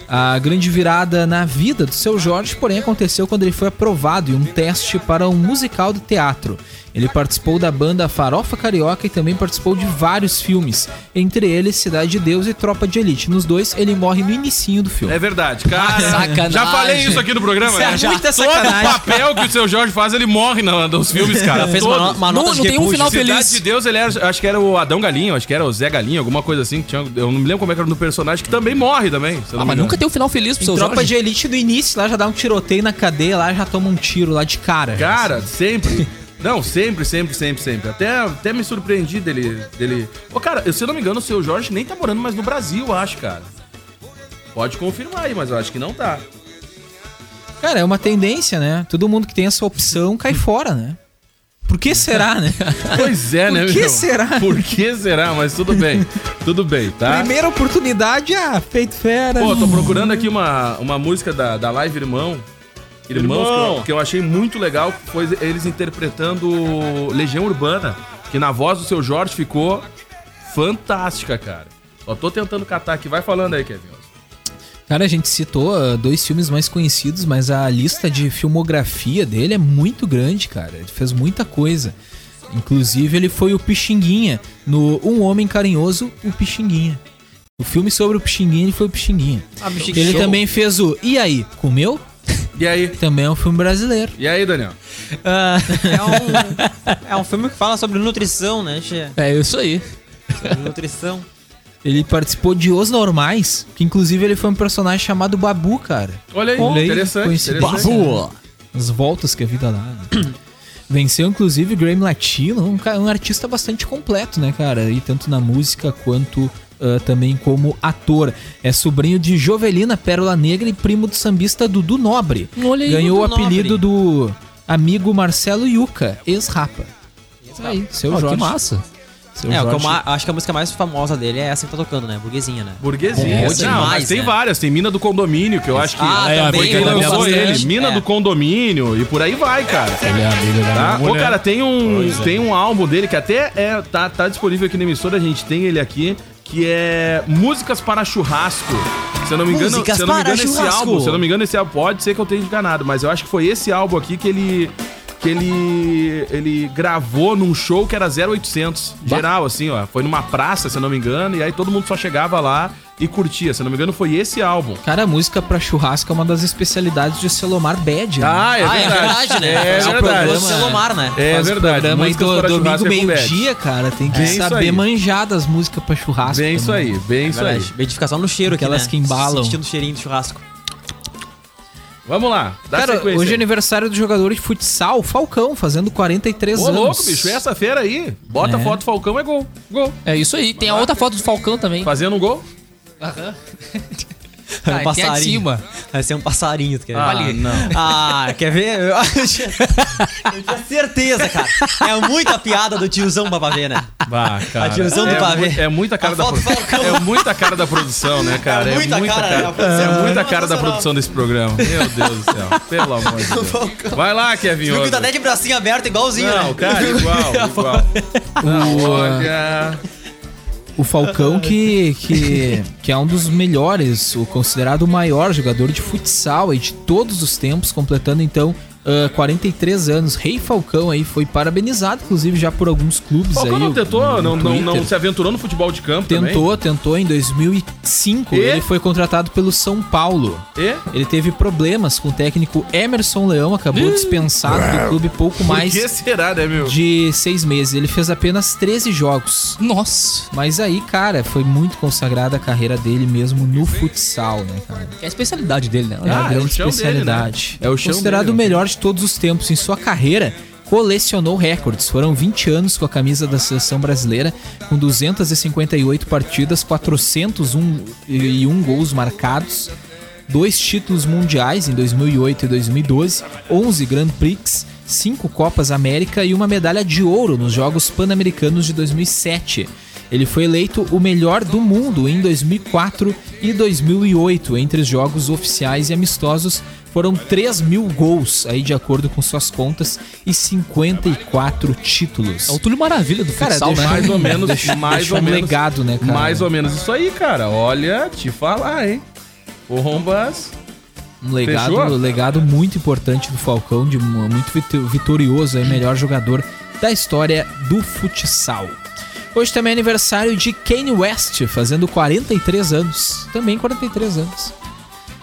Speaker 8: A grande virada na vida do seu Jorge, porém, aconteceu quando ele foi aprovado em um teste para um musical de teatro. Ele participou da banda Farofa Carioca e também participou de vários filmes, entre eles Cidade de Deus e Tropa de Elite. Nos dois, ele morre no inicinho do filme.
Speaker 3: É verdade,
Speaker 7: Ah,
Speaker 3: cara.
Speaker 5: sacanagem.
Speaker 3: Já falei isso aqui no programa, né?
Speaker 7: Isso é muita
Speaker 3: Todo
Speaker 7: sacanagem.
Speaker 3: papel que o seu Jorge faz, ele morre na, nos filmes, cara.
Speaker 7: Ela fez
Speaker 3: Todos.
Speaker 7: uma, no- uma
Speaker 5: Não-
Speaker 7: nota
Speaker 5: não
Speaker 7: de
Speaker 5: tem um
Speaker 7: repúdio.
Speaker 8: assim,
Speaker 5: final
Speaker 3: Cidade
Speaker 5: feliz.
Speaker 3: de Deus, ele era, acho que era o Adão Galinho, acho que era o Zé Galinho, alguma coisa assim. que tinha- eu não me lembro como é que era o personagem, que também morre também.
Speaker 5: Ah,
Speaker 3: se eu não me
Speaker 5: mas
Speaker 3: engano.
Speaker 5: nunca tem um final feliz pro seu
Speaker 8: Tropa
Speaker 5: Jorge.
Speaker 8: de Elite no início, lá já dá um tiroteio na cadeia, lá já toma um tiro lá de cara.
Speaker 3: Cara, sempre. Não, sempre, sempre, sempre, sempre. Até, até me surpreendi dele, dele. Ô, cara, eu- se eu não me engano, o seu Jorge nem tá morando mais no Brasil, acho, cara. Pode confirmar aí, mas eu acho que não tá.
Speaker 8: Cara, é uma tendência, né? Todo mundo que tem essa opção cai fora, né? Por que será, <laughs> né?
Speaker 3: Pois é, né,
Speaker 8: Por que será?
Speaker 3: Por que será? Mas tudo bem. Tudo bem, tá?
Speaker 8: Ah. Primeira oportunidade, ah, feito fera.
Speaker 3: Pô, tô procurando aqui uma, uma música da, da Live Irmão. Irmãos, Que, eu, que eu achei muito legal, que foi eles interpretando Legião Urbana, que na voz do seu Jorge ficou fantástica, cara. Só tô tentando catar aqui, vai falando aí, Kevin.
Speaker 8: Cara, a gente citou ah, dois filmes mais conhecidos, mas a lista de filmografia dele é muito grande, cara. Ele fez muita coisa. Inclusive, ele foi o Pixinguinha. No Um Homem Carinhoso, o Pixinguinha. O filme sobre o Pixinguinha, ele foi o Pixinguinha.
Speaker 7: Ah, bicho, que
Speaker 8: ele
Speaker 7: show.
Speaker 8: também fez o E aí, comeu?
Speaker 3: E aí?
Speaker 8: Também é um filme brasileiro.
Speaker 3: E aí, Daniel?
Speaker 7: Ah, é, um, é um filme que fala sobre nutrição, né, Che?
Speaker 5: É isso aí.
Speaker 7: Sobre nutrição.
Speaker 8: Ele participou de Os Normais, que inclusive ele foi um personagem chamado Babu, cara.
Speaker 3: Olha aí,
Speaker 8: Olha aí,
Speaker 3: interessante.
Speaker 8: coincidência.
Speaker 3: interessante.
Speaker 8: Babu! As voltas que a vida dá. né? <clears throat> Venceu, inclusive, o Grammy Latino, um, ca- um artista bastante completo, né, cara? E tanto na música quanto ah, também como ator. É sobrinho de Jovelina Pérola Negra e primo do sambista Dudu Nobre.
Speaker 5: Olha aí,
Speaker 8: Ganhou o
Speaker 7: Dudu
Speaker 8: apelido
Speaker 7: Nobre.
Speaker 8: do amigo Marcelo Yuca, ex-rapa. Isso aí, seu
Speaker 5: Ó,
Speaker 8: Jorge.
Speaker 5: que massa.
Speaker 8: Seu
Speaker 7: É, o que eu
Speaker 8: Jorge.
Speaker 7: ma- acho que a música mais famosa dele é essa que tá tocando, né? Burguesinha, né?
Speaker 3: Burguesinha. assim.
Speaker 7: Bom
Speaker 3: Não,
Speaker 7: demais,
Speaker 3: mas tem
Speaker 7: né?
Speaker 3: várias. Tem Mina do Condomínio, que eu acho que.
Speaker 7: Ah,
Speaker 5: É,
Speaker 7: também.
Speaker 3: Foi quem
Speaker 5: eu
Speaker 7: também
Speaker 3: lançou
Speaker 5: gosto
Speaker 7: bastante.
Speaker 3: ele, Mina
Speaker 7: É.
Speaker 3: do Condomínio, e por aí vai, cara.
Speaker 5: Ele é amigo da
Speaker 3: Tá?
Speaker 5: minha
Speaker 3: Ô,
Speaker 5: mulher. é.
Speaker 3: cara, tem um, tem um álbum dele que até é, tá, tá disponível aqui na emissora, a gente tem ele aqui, que é Músicas para Churrasco. Se eu não me engano,
Speaker 7: Músicas
Speaker 3: se eu não me
Speaker 7: para
Speaker 3: engano esse
Speaker 7: churrasco.
Speaker 3: álbum, se eu não me engano esse álbum, pode ser que eu tenha enganado, mas eu acho que foi esse álbum aqui que ele que ele ele gravou num show que era 0800, geral assim, ó, foi numa praça, se eu não me engano, e aí todo mundo só chegava lá e curtia. Se eu não me engano, foi esse álbum.
Speaker 8: Cara, a música pra churrasco é uma das especialidades de Selomar Bad. né?
Speaker 7: Ah, é verdade, né?
Speaker 3: É
Speaker 7: Faz o
Speaker 3: verdade.
Speaker 7: programa do Selomar, né?
Speaker 3: É
Speaker 8: Faz o
Speaker 3: verdade.
Speaker 8: programa aí
Speaker 3: Músicas
Speaker 8: do,
Speaker 3: para
Speaker 8: domingo
Speaker 3: churrasco é com Bad.
Speaker 8: meio-dia, cara. Tem que
Speaker 3: É isso aí.
Speaker 8: saber manjar das músicas pra churrasco.
Speaker 3: Bem isso
Speaker 8: também.
Speaker 3: aí, bem isso aí.
Speaker 7: É Verdade. Identificação no cheiro aqui,
Speaker 8: Aquelas
Speaker 7: né?
Speaker 8: que embalam.
Speaker 7: Sentindo o cheirinho
Speaker 3: <laughs>
Speaker 7: do churrasco.
Speaker 3: Vamos lá, dá
Speaker 8: Cara,
Speaker 3: sequência.
Speaker 8: hoje é
Speaker 3: aí.
Speaker 8: aniversário do jogador de futsal, Falcão, fazendo 43
Speaker 3: Ô,
Speaker 8: anos.
Speaker 3: louco, bicho, é essa feira aí. Bota
Speaker 8: É.
Speaker 3: a foto do Falcão, é gol. Gol.
Speaker 5: É isso aí. Tem a outra foto do Falcão também.
Speaker 3: Fazendo um gol?
Speaker 7: É um
Speaker 5: Ah, tem a de
Speaker 7: passarinho.
Speaker 5: cima.
Speaker 7: Vai ser um passarinho, tu quer ver?
Speaker 3: Ah, não.
Speaker 7: <laughs> Ah, quer ver? Eu, <laughs> tinha- eu tinha certeza, cara. É muita piada do tiozão Babavê, né? <laughs>
Speaker 3: Bah, cara.
Speaker 7: A direção do
Speaker 3: é,
Speaker 7: pavê.
Speaker 3: mu- é muita cara
Speaker 7: A
Speaker 3: da
Speaker 7: foto do
Speaker 3: produção.
Speaker 7: Falcão.
Speaker 3: É muita cara da produção, né, cara?
Speaker 7: É muita cara
Speaker 3: É
Speaker 7: da produção.
Speaker 3: muita cara da
Speaker 7: Sensacional.
Speaker 3: produção desse programa. Meu Deus do
Speaker 7: <laughs>
Speaker 3: céu. Pelo amor de Deus. Vai lá, Kevin.
Speaker 7: Viu que
Speaker 3: Oswald.
Speaker 7: tá até de bracinho aberto, igualzinho,
Speaker 3: Não,
Speaker 7: né?
Speaker 3: cara,
Speaker 7: <laughs>
Speaker 3: igual, igual. Não, olha.
Speaker 8: O Falcão que, que, que é um dos melhores, o considerado o maior jogador de futsal aí de todos os tempos, completando então ah, 43 anos. Rei Falcão aí foi parabenizado, inclusive, já por alguns clubes
Speaker 3: Falcão
Speaker 8: aí.
Speaker 7: é
Speaker 3: não tentou,
Speaker 8: no
Speaker 3: não, não, não
Speaker 8: Twitter.
Speaker 3: se aventurou no futebol de campo
Speaker 8: Tentou, tentou em 2005.
Speaker 3: E?
Speaker 8: Ele foi contratado pelo São Paulo.
Speaker 3: também? E?
Speaker 8: Ele teve problemas com o técnico Emerson Leão, acabou dispensado do clube pouco mais
Speaker 3: Por que será, né, meu?
Speaker 8: de seis meses. Ele fez apenas 13 jogos.
Speaker 5: Nossa.
Speaker 8: Mas aí, cara, foi muito consagrada a carreira dele mesmo no futsal, né, cara?
Speaker 5: É a especialidade dele, né?
Speaker 8: É
Speaker 3: Ah,
Speaker 8: a
Speaker 3: é o
Speaker 8: grande
Speaker 3: chão dele,
Speaker 8: especialidade.
Speaker 3: né? É o chão
Speaker 8: Considerado
Speaker 3: dele,
Speaker 8: o melhor de todos os tempos em sua carreira, colecionou recordes. Foram 20 anos com a camisa da seleção brasileira, com 258 partidas, 401 gols marcados, dois títulos mundiais em 2008 e 2012, 11 Grand Prix, cinco Copas América e uma medalha de ouro nos Jogos Pan-Americanos de 2007. Ele foi eleito o melhor do mundo em 2004 e 2008. Entre os jogos oficiais e amistosos, foram 3 mil gols, aí de acordo com suas contas, e 54 títulos.
Speaker 5: É o Túlio Maravilha do
Speaker 8: Cara,
Speaker 5: futsal,
Speaker 8: deixa-
Speaker 5: né?
Speaker 8: <laughs>
Speaker 3: Mais ou menos,
Speaker 8: Deixa-
Speaker 3: mais
Speaker 8: deixa
Speaker 3: ou
Speaker 8: um
Speaker 3: menos.
Speaker 8: legado, né, cara?
Speaker 3: Mais ou menos isso aí, cara. Olha, te falar, hein? O Rombas.
Speaker 8: Um legado,
Speaker 3: Fechou?
Speaker 8: legado muito importante do Falcão, de mu- muito vito- vitorioso, aí, melhor jogador da história do futsal. Hoje também é aniversário de Kanye West, fazendo 43 anos. Também 43 anos.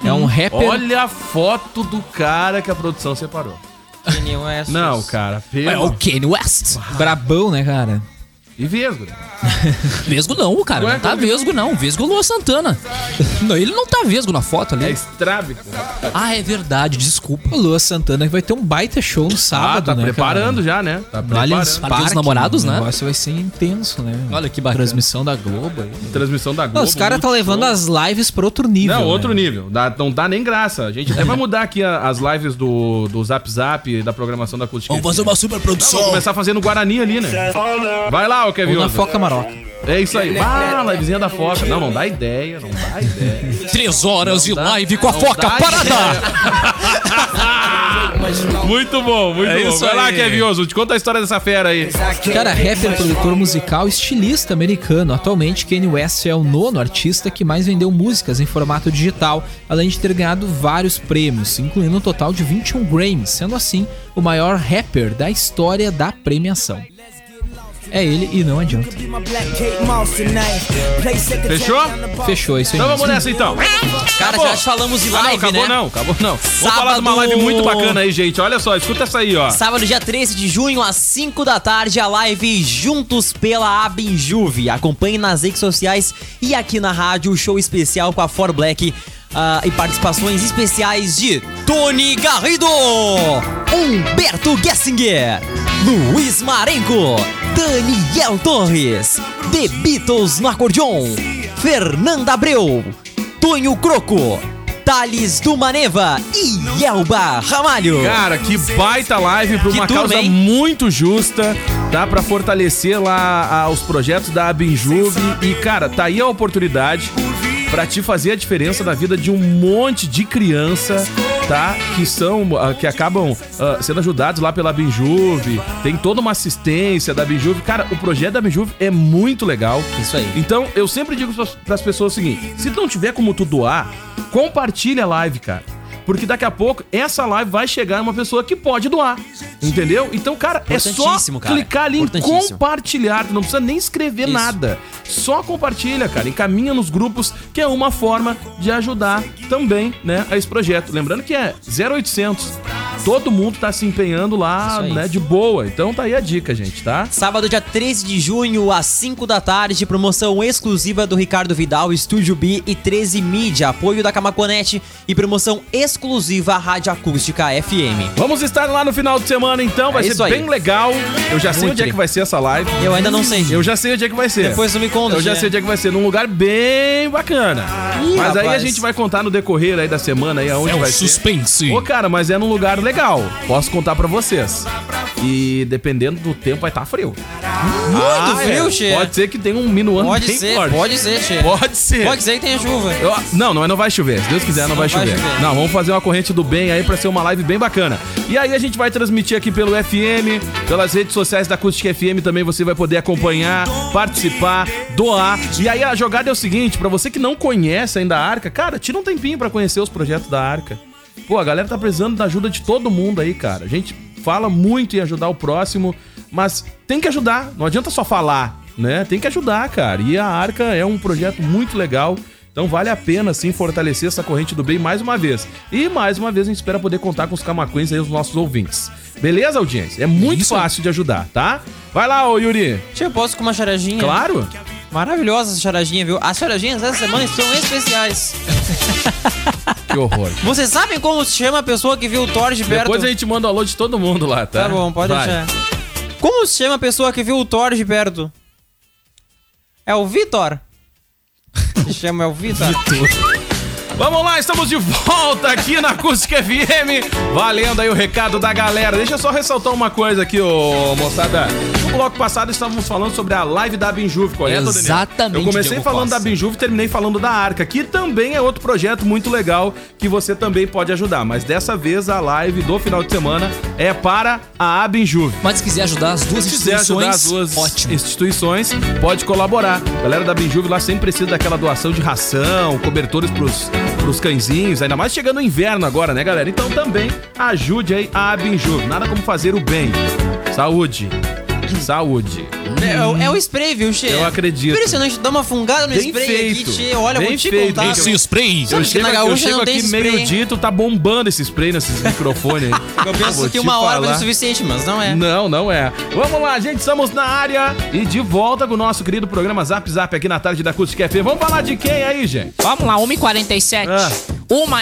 Speaker 8: É
Speaker 5: Hum.
Speaker 8: um rapper.
Speaker 3: Olha a foto do cara que a produção separou. Não, cara.
Speaker 5: É
Speaker 3: Pelo...
Speaker 5: o Kanye West.
Speaker 8: Brabão, né, cara?
Speaker 3: E vesgo. né?
Speaker 5: Vesgo não, cara.
Speaker 3: Ué,
Speaker 5: Não tá
Speaker 8: assim?
Speaker 3: como é que-
Speaker 5: vesgo, não. Vesgo é o Luan
Speaker 8: <laughs>
Speaker 5: Santana. Não, ele não tá vesgo na foto
Speaker 3: É
Speaker 5: ali.
Speaker 3: estrábico.
Speaker 5: Ah, é verdade, desculpa.
Speaker 8: O Lua Santana que vai ter um baita show no
Speaker 3: Ah,
Speaker 8: sábado,
Speaker 3: tá
Speaker 8: né?
Speaker 3: preparando já, né? Tá
Speaker 8: Cara? No Allianz
Speaker 3: preparando.
Speaker 5: Para
Speaker 8: Parque,
Speaker 5: os namorados,
Speaker 8: O
Speaker 5: né?
Speaker 8: negócio vai ser intenso, né?
Speaker 5: Olha que bacana.
Speaker 8: Transmissão da Globo. aí.
Speaker 3: Transmissão da Globo.
Speaker 8: Não, os caras estão
Speaker 3: Multishow.
Speaker 8: levando as lives pra outro nível.
Speaker 3: Não, outro
Speaker 8: né?
Speaker 3: nível. Dá- não dá nem graça. A gente até
Speaker 8: <laughs>
Speaker 3: vai mudar aqui a- as lives do, do Zap Zap, da programação da Acústica. Vamos
Speaker 5: uma super produção.
Speaker 3: começar fazendo Guarani ali, né? Vai lá, ô Kevin.
Speaker 8: Ou na
Speaker 3: Oswald.
Speaker 8: Foca Maroca.
Speaker 3: É isso
Speaker 5: Né,
Speaker 3: aí. Ah, livezinha da Foca. Não, não dá ideia, não dá ideia.
Speaker 5: Três horas de live com a
Speaker 3: não
Speaker 5: foca
Speaker 3: dá
Speaker 5: parada. Ah,
Speaker 3: Muito bom, muito
Speaker 5: É
Speaker 3: bom.
Speaker 5: isso
Speaker 3: vai lá,
Speaker 5: aí.
Speaker 3: Kevin Oswald, conta a história dessa fera aí.
Speaker 8: Cara, é rapper, produtor musical, estilista americano. Atualmente, Kanye West é o nono artista que mais vendeu músicas em formato digital, além de ter ganhado vários prêmios, incluindo um total de 21 Grammys, sendo assim o maior rapper da história da premiação. É ele e não adianta.
Speaker 3: Fechou?
Speaker 8: Fechou é isso aí.
Speaker 3: Então vamos
Speaker 8: mesmo.
Speaker 3: nessa então.
Speaker 5: Cara,
Speaker 3: Acabou.
Speaker 5: já falamos de
Speaker 3: Ah, não,
Speaker 5: live,
Speaker 3: acabou
Speaker 5: né?
Speaker 3: não, acabou não. Vamos
Speaker 5: Sábado.
Speaker 3: falar de uma live muito bacana aí, gente. Olha só, escuta essa aí, ó.
Speaker 7: Sábado, dia 13 de junho, às 5 da tarde, a live Juntos pela Abinjuve. Acompanhe nas redes sociais e aqui na rádio o show especial com a For Black ah, e participações especiais de Tony Garrido, Humberto Gessinger, Luiz Marenco, Daniel Torres, The Beatles no acordeon, Fernanda Abreu, Tonho Croco, Thales Dumaneva e Elba Ramalho.
Speaker 3: Cara, que baita live pra
Speaker 7: Que
Speaker 3: uma
Speaker 7: turma,
Speaker 3: causa
Speaker 7: hein?
Speaker 3: muito justa, tá? Pra fortalecer lá ah, os projetos da Abinjuve. E, cara, tá aí a oportunidade pra te fazer a diferença na vida de um monte de criança, tá? Que são, ah, que acabam ah, sendo ajudados lá pela Abinjuve. Tem toda uma assistência da Abinjuve. Cara, o projeto da Abinjuve é muito legal.
Speaker 7: Isso aí.
Speaker 3: Então, eu sempre digo para as pessoas o seguinte: se não tiver como tu doar, compartilha a live, cara. Porque daqui a pouco essa live vai chegar em uma pessoa que pode doar. Entendeu? Então, cara, é só
Speaker 7: Importantíssimo, cara.
Speaker 3: clicar ali em
Speaker 7: Importantíssimo.
Speaker 3: compartilhar. Tu não precisa nem escrever
Speaker 7: Isso.
Speaker 3: nada. Só compartilha, cara. Encaminha nos grupos, que é uma forma de ajudar também, né, a esse projeto. Lembrando que é 0800. Todo mundo tá se empenhando lá,
Speaker 7: Isso aí.
Speaker 3: né, de boa. Então tá aí a dica, gente, tá?
Speaker 7: Sábado, dia 13 de junho, às 5 da tarde, promoção exclusiva do Ricardo Vidal, Estúdio B e 13 Mídia, apoio da Camaconete e promoção exclusiva à Rádio Acústica FM.
Speaker 3: Vamos estar lá no final de semana, então. Vai
Speaker 7: É
Speaker 3: ser
Speaker 7: isso aí.
Speaker 3: bem legal. Eu já sei
Speaker 7: Muito
Speaker 3: onde é que
Speaker 7: bem.
Speaker 3: vai ser essa live.
Speaker 7: Eu ainda não sei.
Speaker 3: Eu já sei onde é que vai ser.
Speaker 7: Depois tu me conta,
Speaker 3: Eu já
Speaker 7: né?
Speaker 3: sei onde é que vai ser. Num lugar bem bacana. mas aí a
Speaker 7: rapaz.
Speaker 3: gente vai contar no decorrer aí da semana aí aonde
Speaker 5: É um
Speaker 3: vai
Speaker 5: suspense.
Speaker 3: ser. Ô, cara, mas é num lugar legal. Posso contar pra vocês. E dependendo do tempo, vai estar frio. Muito
Speaker 7: frio, che.
Speaker 3: Pode ser que tenha um minuano
Speaker 7: Pode
Speaker 3: bem
Speaker 7: ser,
Speaker 3: forte.
Speaker 7: pode ser, che.
Speaker 3: Pode ser.
Speaker 7: Pode ser que tenha chuva.
Speaker 3: Eu- não, não, mas não vai chover. Se Deus quiser, não, vai,
Speaker 7: vai
Speaker 3: chover.
Speaker 7: chover.
Speaker 3: Não, vamos fazer uma corrente do bem aí pra ser uma live bem bacana. E aí a gente vai transmitir aqui pelo FM, pelas redes sociais da Acústica FM também você vai poder acompanhar, participar, doar. E aí a jogada é o seguinte, pra você que não conhece ainda a Arca, cara, tira um tempinho pra conhecer os projetos da Arca. Pô, a galera tá precisando da ajuda de todo mundo aí, cara. A gente fala muito em ajudar o próximo, mas tem que ajudar, não adianta só falar, né? Tem que ajudar, cara. E a Arca é um projeto muito legal. Então vale a pena sim fortalecer essa corrente do bem mais uma vez. E mais uma vez a gente espera poder contar com os camacuens aí, os nossos ouvintes. Beleza, audiência? É muito fácil de ajudar, tá? Vai lá, ô Yuri.
Speaker 7: Che, eu posso com uma charadinha?
Speaker 3: Claro?
Speaker 7: Tá. Maravilhosa essa charadinha, viu? As charadinhas dessa semana são especiais.
Speaker 3: Que horror.
Speaker 7: Vocês sabem como se chama a pessoa que viu o Thor de perto?
Speaker 3: Depois a gente manda o alô de todo mundo lá, tá?
Speaker 7: Tá bom, pode
Speaker 3: Vai.
Speaker 7: deixar. Como se chama a pessoa que viu o Thor de perto?
Speaker 3: <laughs>
Speaker 7: É o Vitor? Se chama é o Vitor?
Speaker 3: Vamos lá, estamos de volta aqui na Acústica FM. Valendo aí o recado da galera. Deixa eu só ressaltar uma coisa aqui, ô moçada. No bloco passado estávamos falando sobre a live da Binjuve, correto, Daniel?
Speaker 9: Exatamente,
Speaker 3: Eu comecei
Speaker 9: Diego
Speaker 3: falando
Speaker 9: Costa.
Speaker 3: da Binjuve e terminei falando da Arca, que também é outro projeto muito legal que você também pode ajudar. Mas dessa vez a live do final de semana é para a Binjuve.
Speaker 9: Mas se quiser ajudar as duas
Speaker 3: Se quiser ajudar as
Speaker 9: instituições,
Speaker 3: duas
Speaker 9: ótimo.
Speaker 3: instituições, pode colaborar. A galera da Benjuve lá sempre precisa daquela doação de ração, cobertores pros, pros cãezinhos, ainda mais chegando o inverno agora, né, galera? Então também ajude aí a Benjuve. Nada como fazer o bem. Saúde. Saúde.
Speaker 7: É, o- é o spray, viu, Che?
Speaker 3: Hum. Eu acredito.
Speaker 7: Impressionante, dá uma fungada no
Speaker 3: Bem
Speaker 7: spray
Speaker 3: feito.
Speaker 7: aqui, Che. Olha, eu
Speaker 3: Bem
Speaker 7: vou te
Speaker 3: feito.
Speaker 7: contar.
Speaker 3: Bem feito.
Speaker 9: Esse spray.
Speaker 7: Sabe
Speaker 3: eu
Speaker 7: que
Speaker 3: chego,
Speaker 7: na
Speaker 3: aqui- eu
Speaker 7: gaúcha
Speaker 3: chego
Speaker 7: não tem
Speaker 3: aqui
Speaker 7: esse spray,
Speaker 3: meio-dito, tá bombando esse spray
Speaker 7: <laughs>
Speaker 3: nesses microfones aí.
Speaker 7: Eu penso
Speaker 3: vou
Speaker 7: que
Speaker 3: te
Speaker 7: uma hora
Speaker 3: falar.
Speaker 7: não é suficiente, mas não é.
Speaker 3: Não, não é. Vamos lá, gente, estamos na área e de volta com o nosso querido programa Zap Zap aqui na tarde da Acústica FM. Vamos falar de quem aí, gente?
Speaker 8: Vamos lá, 1h47.
Speaker 3: Ah.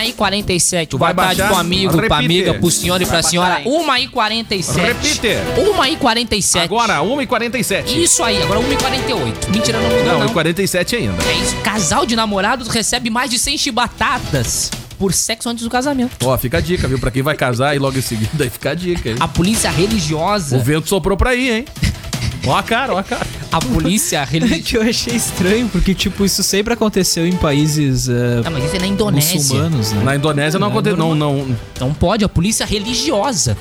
Speaker 8: 1h47.
Speaker 3: Tu vai
Speaker 8: Boa tarde
Speaker 3: baixar?
Speaker 8: pro amigo, pra
Speaker 3: Repite.
Speaker 8: amiga, pro senhor e pra senhora.
Speaker 7: hein?
Speaker 8: 1h47.
Speaker 3: Repite.
Speaker 8: 1h47.
Speaker 3: Agora, 1h47.
Speaker 8: Isso aí, agora 1h48. Mentira, não mudou,
Speaker 3: Não,
Speaker 8: não.
Speaker 3: 1h47 ainda.
Speaker 8: É isso. Casal de namorados recebe mais de 100 chibatadas por sexo antes do casamento.
Speaker 3: Ó, fica a dica, viu? Pra quem vai casar e logo em seguida <laughs> aí fica a dica, hein?
Speaker 8: A polícia
Speaker 3: O
Speaker 8: religiosa.
Speaker 3: vento soprou pra aí, hein? Ó a cara, ó a cara. <laughs>
Speaker 8: A polícia
Speaker 10: <laughs>
Speaker 8: religiosa.
Speaker 10: que eu achei estranho, porque, tipo, isso sempre aconteceu em países eh,
Speaker 8: Não, mas isso é na Indonésia.
Speaker 10: muçulmanos, né?
Speaker 3: Na Indonésia não aconteceu. Não, não.
Speaker 8: Não Então pode, a polícia religiosa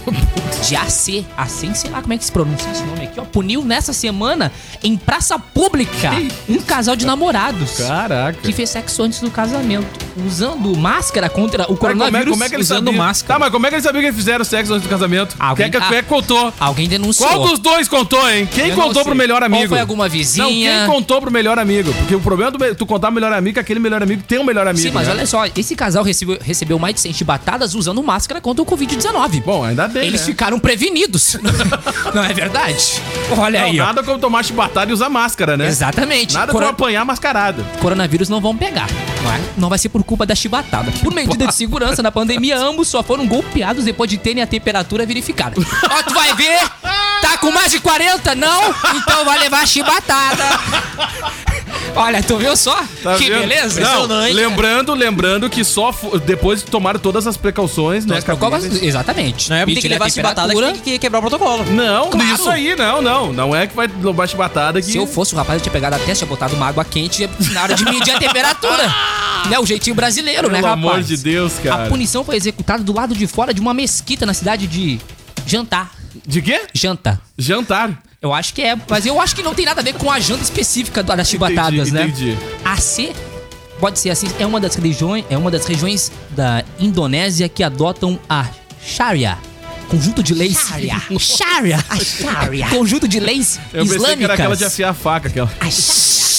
Speaker 8: de AC, AC, sei lá como é que se pronuncia esse nome aqui, ó, puniu nessa semana em praça pública um casal de namorados
Speaker 3: Caraca.
Speaker 8: que fez sexo antes do casamento, usando máscara contra o
Speaker 3: Mas como, é,
Speaker 8: coronavírus.
Speaker 3: como é que eles
Speaker 10: usando
Speaker 3: sabiam?
Speaker 10: máscara.
Speaker 3: Tá, mas como é que eles sabiam que eles fizeram sexo antes do casamento?
Speaker 8: Alguém-
Speaker 3: Quem é que,
Speaker 8: Ah.
Speaker 3: quem é que contou?
Speaker 8: Alguém denunciou.
Speaker 3: Qual dos dois contou, hein? Quem
Speaker 8: Eu não
Speaker 3: contou
Speaker 8: sei.
Speaker 3: pro melhor amigo?
Speaker 8: Ou foi alguma
Speaker 3: Não,
Speaker 8: vizinha?
Speaker 3: quem contou pro melhor amigo? Porque o problema do me- tu contar pro melhor amigo é que aquele melhor amigo tem um melhor amigo.
Speaker 8: Sim, mas
Speaker 3: né?
Speaker 8: olha só, esse casal recebeu, recebeu mais de 100 chibatadas usando máscara contra o Covid-19.
Speaker 3: Bom, ainda bem.
Speaker 8: Eles
Speaker 3: né?
Speaker 8: ficaram prevenidos. <laughs> Não é verdade? Olha
Speaker 3: Não,
Speaker 8: aí, ó.
Speaker 3: nada como tomar chibatada e usar máscara, né?
Speaker 8: Exatamente.
Speaker 3: Nada
Speaker 8: Coro-
Speaker 3: como apanhar mascarada.
Speaker 8: coronavírus não vão pegar. Não, é? não vai ser por culpa da chibatada. Por medida de segurança na pandemia, ambos só foram golpeados depois de terem a temperatura
Speaker 7: <laughs>
Speaker 8: verificada. Ó, tu vai ver? Tá com mais de 40? Não? Então vai levar a chibatada. Olha, tu viu só?
Speaker 3: Tá
Speaker 8: que
Speaker 3: vendo?
Speaker 8: beleza?
Speaker 3: Não,
Speaker 8: Impressionante.
Speaker 3: lembrando, lembrando que só fo- depois que tomaram todas as precauções, né?
Speaker 8: Nós preocupamos-
Speaker 3: cabíveis.
Speaker 8: Exatamente.
Speaker 7: Na época é, tem que
Speaker 8: Mediram a
Speaker 7: levar chibatada,
Speaker 8: temperatura.
Speaker 7: tem que quebrar o protocolo.
Speaker 3: é- Não,
Speaker 8: Claro.
Speaker 3: isso aí, não, não. Não é que vai tomar chibatada que.
Speaker 8: Se eu fosse o rapaz, eu tinha pegado a testa, tinha botado uma água quente na hora de medir
Speaker 3: <laughs>
Speaker 8: a temperatura. Né, o jeitinho brasileiro,
Speaker 3: Pelo
Speaker 8: né, rapaz?
Speaker 3: amor de Deus, cara.
Speaker 8: A punição foi executada do lado de fora de uma mesquita na cidade de Jantar.
Speaker 3: De quê?
Speaker 8: Janta.
Speaker 3: Jantar.
Speaker 8: Eu acho que é, mas eu acho que não tem nada a ver com a janta específica da- das chibatadas,
Speaker 3: Entendi,
Speaker 8: né?
Speaker 3: entendi.
Speaker 8: AC pode ser assim, é uma das religiões, é uma das regiões da Indonésia que adotam a Sharia. Conjunto de leis. <laughs> Sharia. Sharia. A Sharia. Conjunto de leis
Speaker 3: Eu pensei que era
Speaker 8: islâmicas.
Speaker 3: aquela de afiar a faca, aquela.
Speaker 8: A Sharia.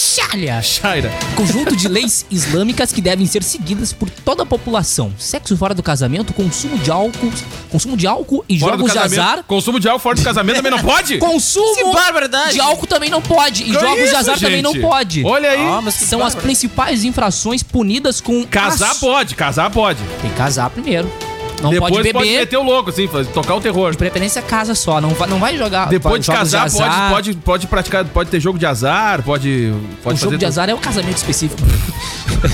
Speaker 3: Chaira.
Speaker 8: Conjunto de leis islâmicas que devem ser seguidas por toda a população. Sexo fora do casamento, consumo de álcool, consumo de álcool e
Speaker 3: Fora do
Speaker 8: jogos de
Speaker 3: casamento.
Speaker 8: azar.
Speaker 3: Consumo de álcool fora do casamento também não
Speaker 8: <laughs>
Speaker 3: pode?
Speaker 8: Consumo
Speaker 7: Que barbaridade.
Speaker 8: de álcool também não pode. E
Speaker 3: Que
Speaker 8: jogos
Speaker 3: isso,
Speaker 8: de azar também
Speaker 3: gente?
Speaker 8: não pode.
Speaker 3: Olha aí.
Speaker 7: Ah, mas que
Speaker 8: São as
Speaker 7: bárbaro.
Speaker 8: principais infrações punidas com.
Speaker 3: casar
Speaker 8: aço-
Speaker 3: pode, casar pode.
Speaker 8: Tem que casar primeiro. Não
Speaker 3: Depois
Speaker 8: pode
Speaker 3: pode,
Speaker 8: beber.
Speaker 3: meter o louco, assim, faz- tocar o terror.
Speaker 8: De preferência, casa só. Não vai, não vai jogar. vai-
Speaker 3: Depois de
Speaker 8: jogos
Speaker 3: casar,
Speaker 8: azar.
Speaker 3: pode, pode, pode praticar, pode ter jogo de azar, pode, pode
Speaker 8: o jogo de
Speaker 3: tudo.
Speaker 8: azar é o casamento específico. <laughs>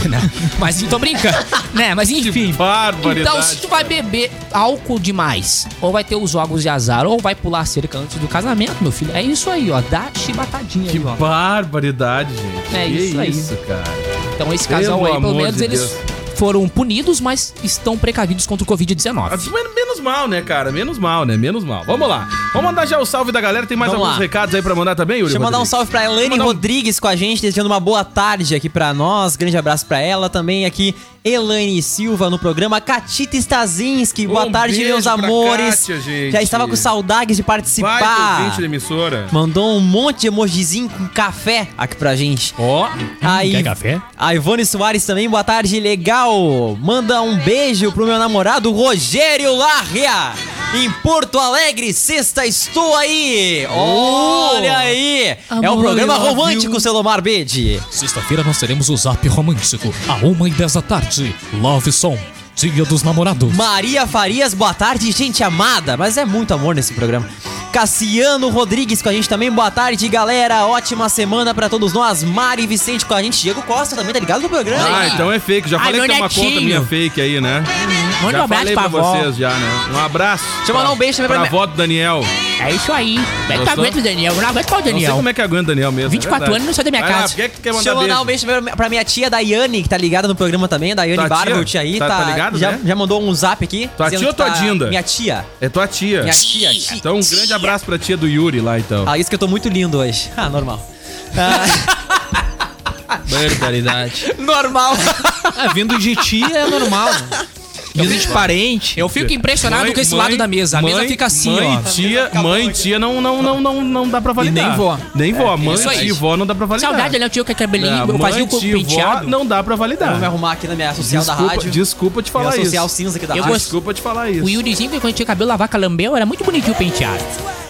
Speaker 8: Não, mas
Speaker 3: <laughs>
Speaker 8: tô brincando. né, mas
Speaker 3: Tipo,
Speaker 8: enfim.
Speaker 3: Barbaridade.
Speaker 8: Então, se tu vai beber álcool demais, ou vai ter os jogos de azar, ou vai pular cerca antes do casamento, meu filho. É isso aí, ó. Dá chibatadinha
Speaker 3: Que
Speaker 8: aí, ó.
Speaker 3: barbaridade, gente.
Speaker 8: É
Speaker 3: Que
Speaker 8: isso aí.
Speaker 3: cara.
Speaker 8: Então esse casal
Speaker 3: Pelo
Speaker 8: aí, pelo
Speaker 3: amor
Speaker 8: menos,
Speaker 3: de
Speaker 8: eles foram punidos, mas estão precavidos contra o
Speaker 3: Ah,
Speaker 8: Covid-19.
Speaker 3: men- Menos mal, né, cara? Menos mal, né? Menos mal. Vamos lá. Vamos mandar já o salve da galera. Tem mais
Speaker 7: Vamos
Speaker 3: alguns
Speaker 7: lá.
Speaker 3: recados aí pra mandar também, Yuri?
Speaker 7: Deixa eu mandar um salve pra Elaine
Speaker 3: mandar um-
Speaker 7: Rodrigues com a gente, desejando uma boa tarde aqui pra nós. Grande abraço pra ela. Também aqui, Elaine Silva no programa. Catita Stazinski, boa
Speaker 3: Um
Speaker 7: tarde,
Speaker 3: beijo
Speaker 7: meus
Speaker 3: pra
Speaker 7: amores.
Speaker 3: Kátia, gente.
Speaker 7: Já estava com saudades de
Speaker 3: Vai,
Speaker 7: participar.
Speaker 3: ouvinte da emissora.
Speaker 7: Mandou um monte de emojizinho com café aqui pra gente.
Speaker 3: Ah, Ó.
Speaker 7: Aí,
Speaker 9: Quer café?
Speaker 7: A Ivone Soares também, boa tarde, legal. Manda um beijo pro meu namorado Rogério Larria. Em Porto Alegre, sexta, estou aí. Olha aí. é um
Speaker 8: Amor,
Speaker 7: programa
Speaker 8: I love
Speaker 7: romântico, Selomar Bede.
Speaker 9: Sexta-feira nós teremos o Zap Romântico, a 1 e 10 da tarde. Love Song, Dia dos Namorados.
Speaker 7: Maria Farias, boa tarde, gente amada. Mas é muito amor nesse programa. Cassiano Rodrigues com a gente também. Boa tarde, galera. Ótima semana pra todos nós. Mari Vicente com a gente. Diego Costa também, tá ligado no programa?
Speaker 3: Ah, então é fake. Já
Speaker 6: Ai,
Speaker 3: falei que
Speaker 6: meu
Speaker 3: tem uma
Speaker 6: netinho.
Speaker 3: conta minha fake aí, né?
Speaker 6: Manda um
Speaker 3: Já
Speaker 6: abraço
Speaker 3: falei
Speaker 6: pra
Speaker 3: pra
Speaker 6: avó.
Speaker 3: vocês já, né? Um abraço.
Speaker 7: Deixa eu mandar um beijo também pra
Speaker 3: pra
Speaker 7: minha-
Speaker 3: avó do Daniel.
Speaker 6: É isso aí. Eu não
Speaker 3: Gostou?
Speaker 6: aguento o Daniel. Eu não aguento o
Speaker 3: Não sei
Speaker 6: Daniel.
Speaker 3: como é que aguenta o Daniel mesmo. é
Speaker 6: 24
Speaker 3: verdade.
Speaker 6: anos, não saiu da minha
Speaker 3: Vai lá,
Speaker 6: casa.
Speaker 3: Por que, que tu quer
Speaker 7: Deixa eu
Speaker 3: mandar
Speaker 7: mandar
Speaker 3: beijo?
Speaker 7: um beijo pra- pra minha tia Daiane, que tá ligada no programa também. Daiane
Speaker 3: Tua
Speaker 7: Bárbara,
Speaker 3: tia?
Speaker 7: tia aí.
Speaker 3: Tá- tá ligado,
Speaker 7: já,
Speaker 3: né?
Speaker 7: já mandou um zap aqui.
Speaker 3: Tua
Speaker 7: dizendo
Speaker 3: tia ou
Speaker 7: que tá-
Speaker 3: tua Dinda?
Speaker 7: Minha tia.
Speaker 3: É tua tia.
Speaker 7: Minha tia. tia.
Speaker 3: Então, um grande abraço pra tia do Yuri lá, então.
Speaker 7: Ah, isso que eu tô muito lindo hoje.
Speaker 3: <laughs>
Speaker 7: Ah, normal.
Speaker 8: Barbaridade.
Speaker 7: normal.
Speaker 8: Ah, vindo de tia é normal. Vindo de parente.
Speaker 6: Eu fico impressionado
Speaker 3: Mãe-
Speaker 6: com esse
Speaker 3: mãe-
Speaker 6: lado da mesa. A mesa
Speaker 3: mãe-
Speaker 6: fica assim,
Speaker 3: mãe,
Speaker 6: ó.
Speaker 3: Tia, mãe e tia não, não, não, não, não dá pra validar.
Speaker 8: nem vó.
Speaker 3: Nem vó. mãe
Speaker 6: É, isso aí.
Speaker 3: e vó não dá pra validar.
Speaker 6: Saudade, né? Eu
Speaker 8: é
Speaker 6: tinha o cabelinho,
Speaker 3: Não,
Speaker 6: eu fazia o
Speaker 3: É, mãe,
Speaker 6: corpo
Speaker 3: tia, vó
Speaker 6: penteado.
Speaker 3: não dá pra validar.
Speaker 7: Vou me arrumar aqui na minha social
Speaker 3: Tá. Desculpa,
Speaker 7: da rádio.
Speaker 3: desculpa te
Speaker 7: minha
Speaker 3: falar
Speaker 7: social
Speaker 3: isso.
Speaker 7: cinza aqui da
Speaker 6: Eu
Speaker 7: rádio.
Speaker 6: gosto-
Speaker 3: Desculpa te falar isso.
Speaker 6: O Yurizinho, quando tinha cabelo lavar calambeu, era muito bonitinho o penteado.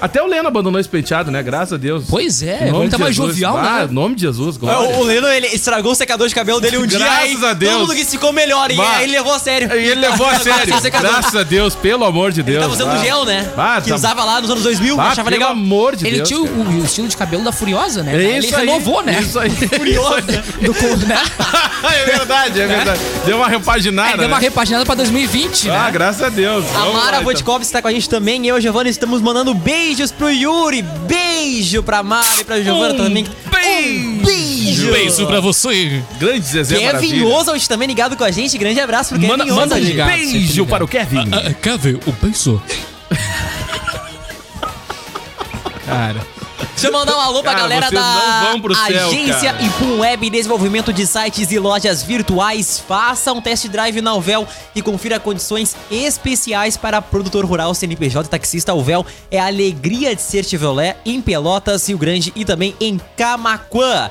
Speaker 3: Até o Leno abandonou esse penteado, né? Graças a Deus.
Speaker 6: Pois é,
Speaker 3: Em nome
Speaker 6: agora ele tá
Speaker 3: de
Speaker 6: mais
Speaker 3: Jesus.
Speaker 6: jovial,
Speaker 3: ah,
Speaker 6: né?
Speaker 3: nome de Jesus, glória.
Speaker 7: O o Leno, ele estragou o secador de cabelo dele um dia. aí
Speaker 3: Graças a Deus.
Speaker 7: Todo mundo que ficou melhor. E
Speaker 3: Bah.
Speaker 7: aí ele levou a sério.
Speaker 3: E ele
Speaker 6: Tá,
Speaker 3: levou a sério.
Speaker 7: Você casou.
Speaker 3: Graças a Deus, pelo amor de Deus.
Speaker 7: Tava usando
Speaker 3: Ah.
Speaker 7: gel, né?
Speaker 3: Ah,
Speaker 7: que
Speaker 3: tá-
Speaker 7: usava lá nos anos 2000.
Speaker 3: Ah,
Speaker 7: achava
Speaker 3: pelo
Speaker 7: legal.
Speaker 3: amor de
Speaker 6: Ele
Speaker 3: Deus.
Speaker 6: tinha
Speaker 3: cara.
Speaker 6: o, o estilo de cabelo da Furiosa, né?
Speaker 3: É
Speaker 6: ele
Speaker 3: isso aí.
Speaker 6: renovou, né? <laughs>
Speaker 3: Isso aí.
Speaker 7: Curioso.
Speaker 6: Do corpo, né?
Speaker 3: <laughs> é verdade, é verdade. Deu uma repaginada.
Speaker 6: Aí É, deu uma
Speaker 3: né?
Speaker 6: repaginada pra 2020, né?
Speaker 3: Ah, graças a Deus.
Speaker 7: A
Speaker 3: Vamos lá,
Speaker 7: Mara
Speaker 3: então.
Speaker 7: Wojtkowski está tá com a gente também. Eu e o Giovanni estamos mandando beijos pro Yuri. Beijo pra Mara e pra
Speaker 3: Um
Speaker 7: Giovanna também. Um
Speaker 3: Bem,
Speaker 7: Beijo.
Speaker 5: Beijo pra você.
Speaker 3: grande Zezé
Speaker 7: Kevin
Speaker 3: Maravilha.
Speaker 7: Oswald também ligado com a gente. Grande abraço pro
Speaker 3: Manda,
Speaker 7: Kevin
Speaker 3: manda
Speaker 7: Oswald.
Speaker 3: um beijo para o Kevin.
Speaker 5: Ah, Kevin, o beijo.
Speaker 8: Cara.
Speaker 7: Deixa eu mandar um alô pra
Speaker 3: Cara,
Speaker 7: galera
Speaker 3: vocês
Speaker 7: da
Speaker 3: não vão pro céu,
Speaker 7: agência
Speaker 3: cara.
Speaker 7: Ipum Web Desenvolvimento de Sites e Lojas Virtuais. Faça um test drive na Uvel e confira condições especiais para produtor rural, CNPJ, taxista Uvel. É a alegria de ser Tivolé em Pelotas, Rio Grande e também em Camaquã.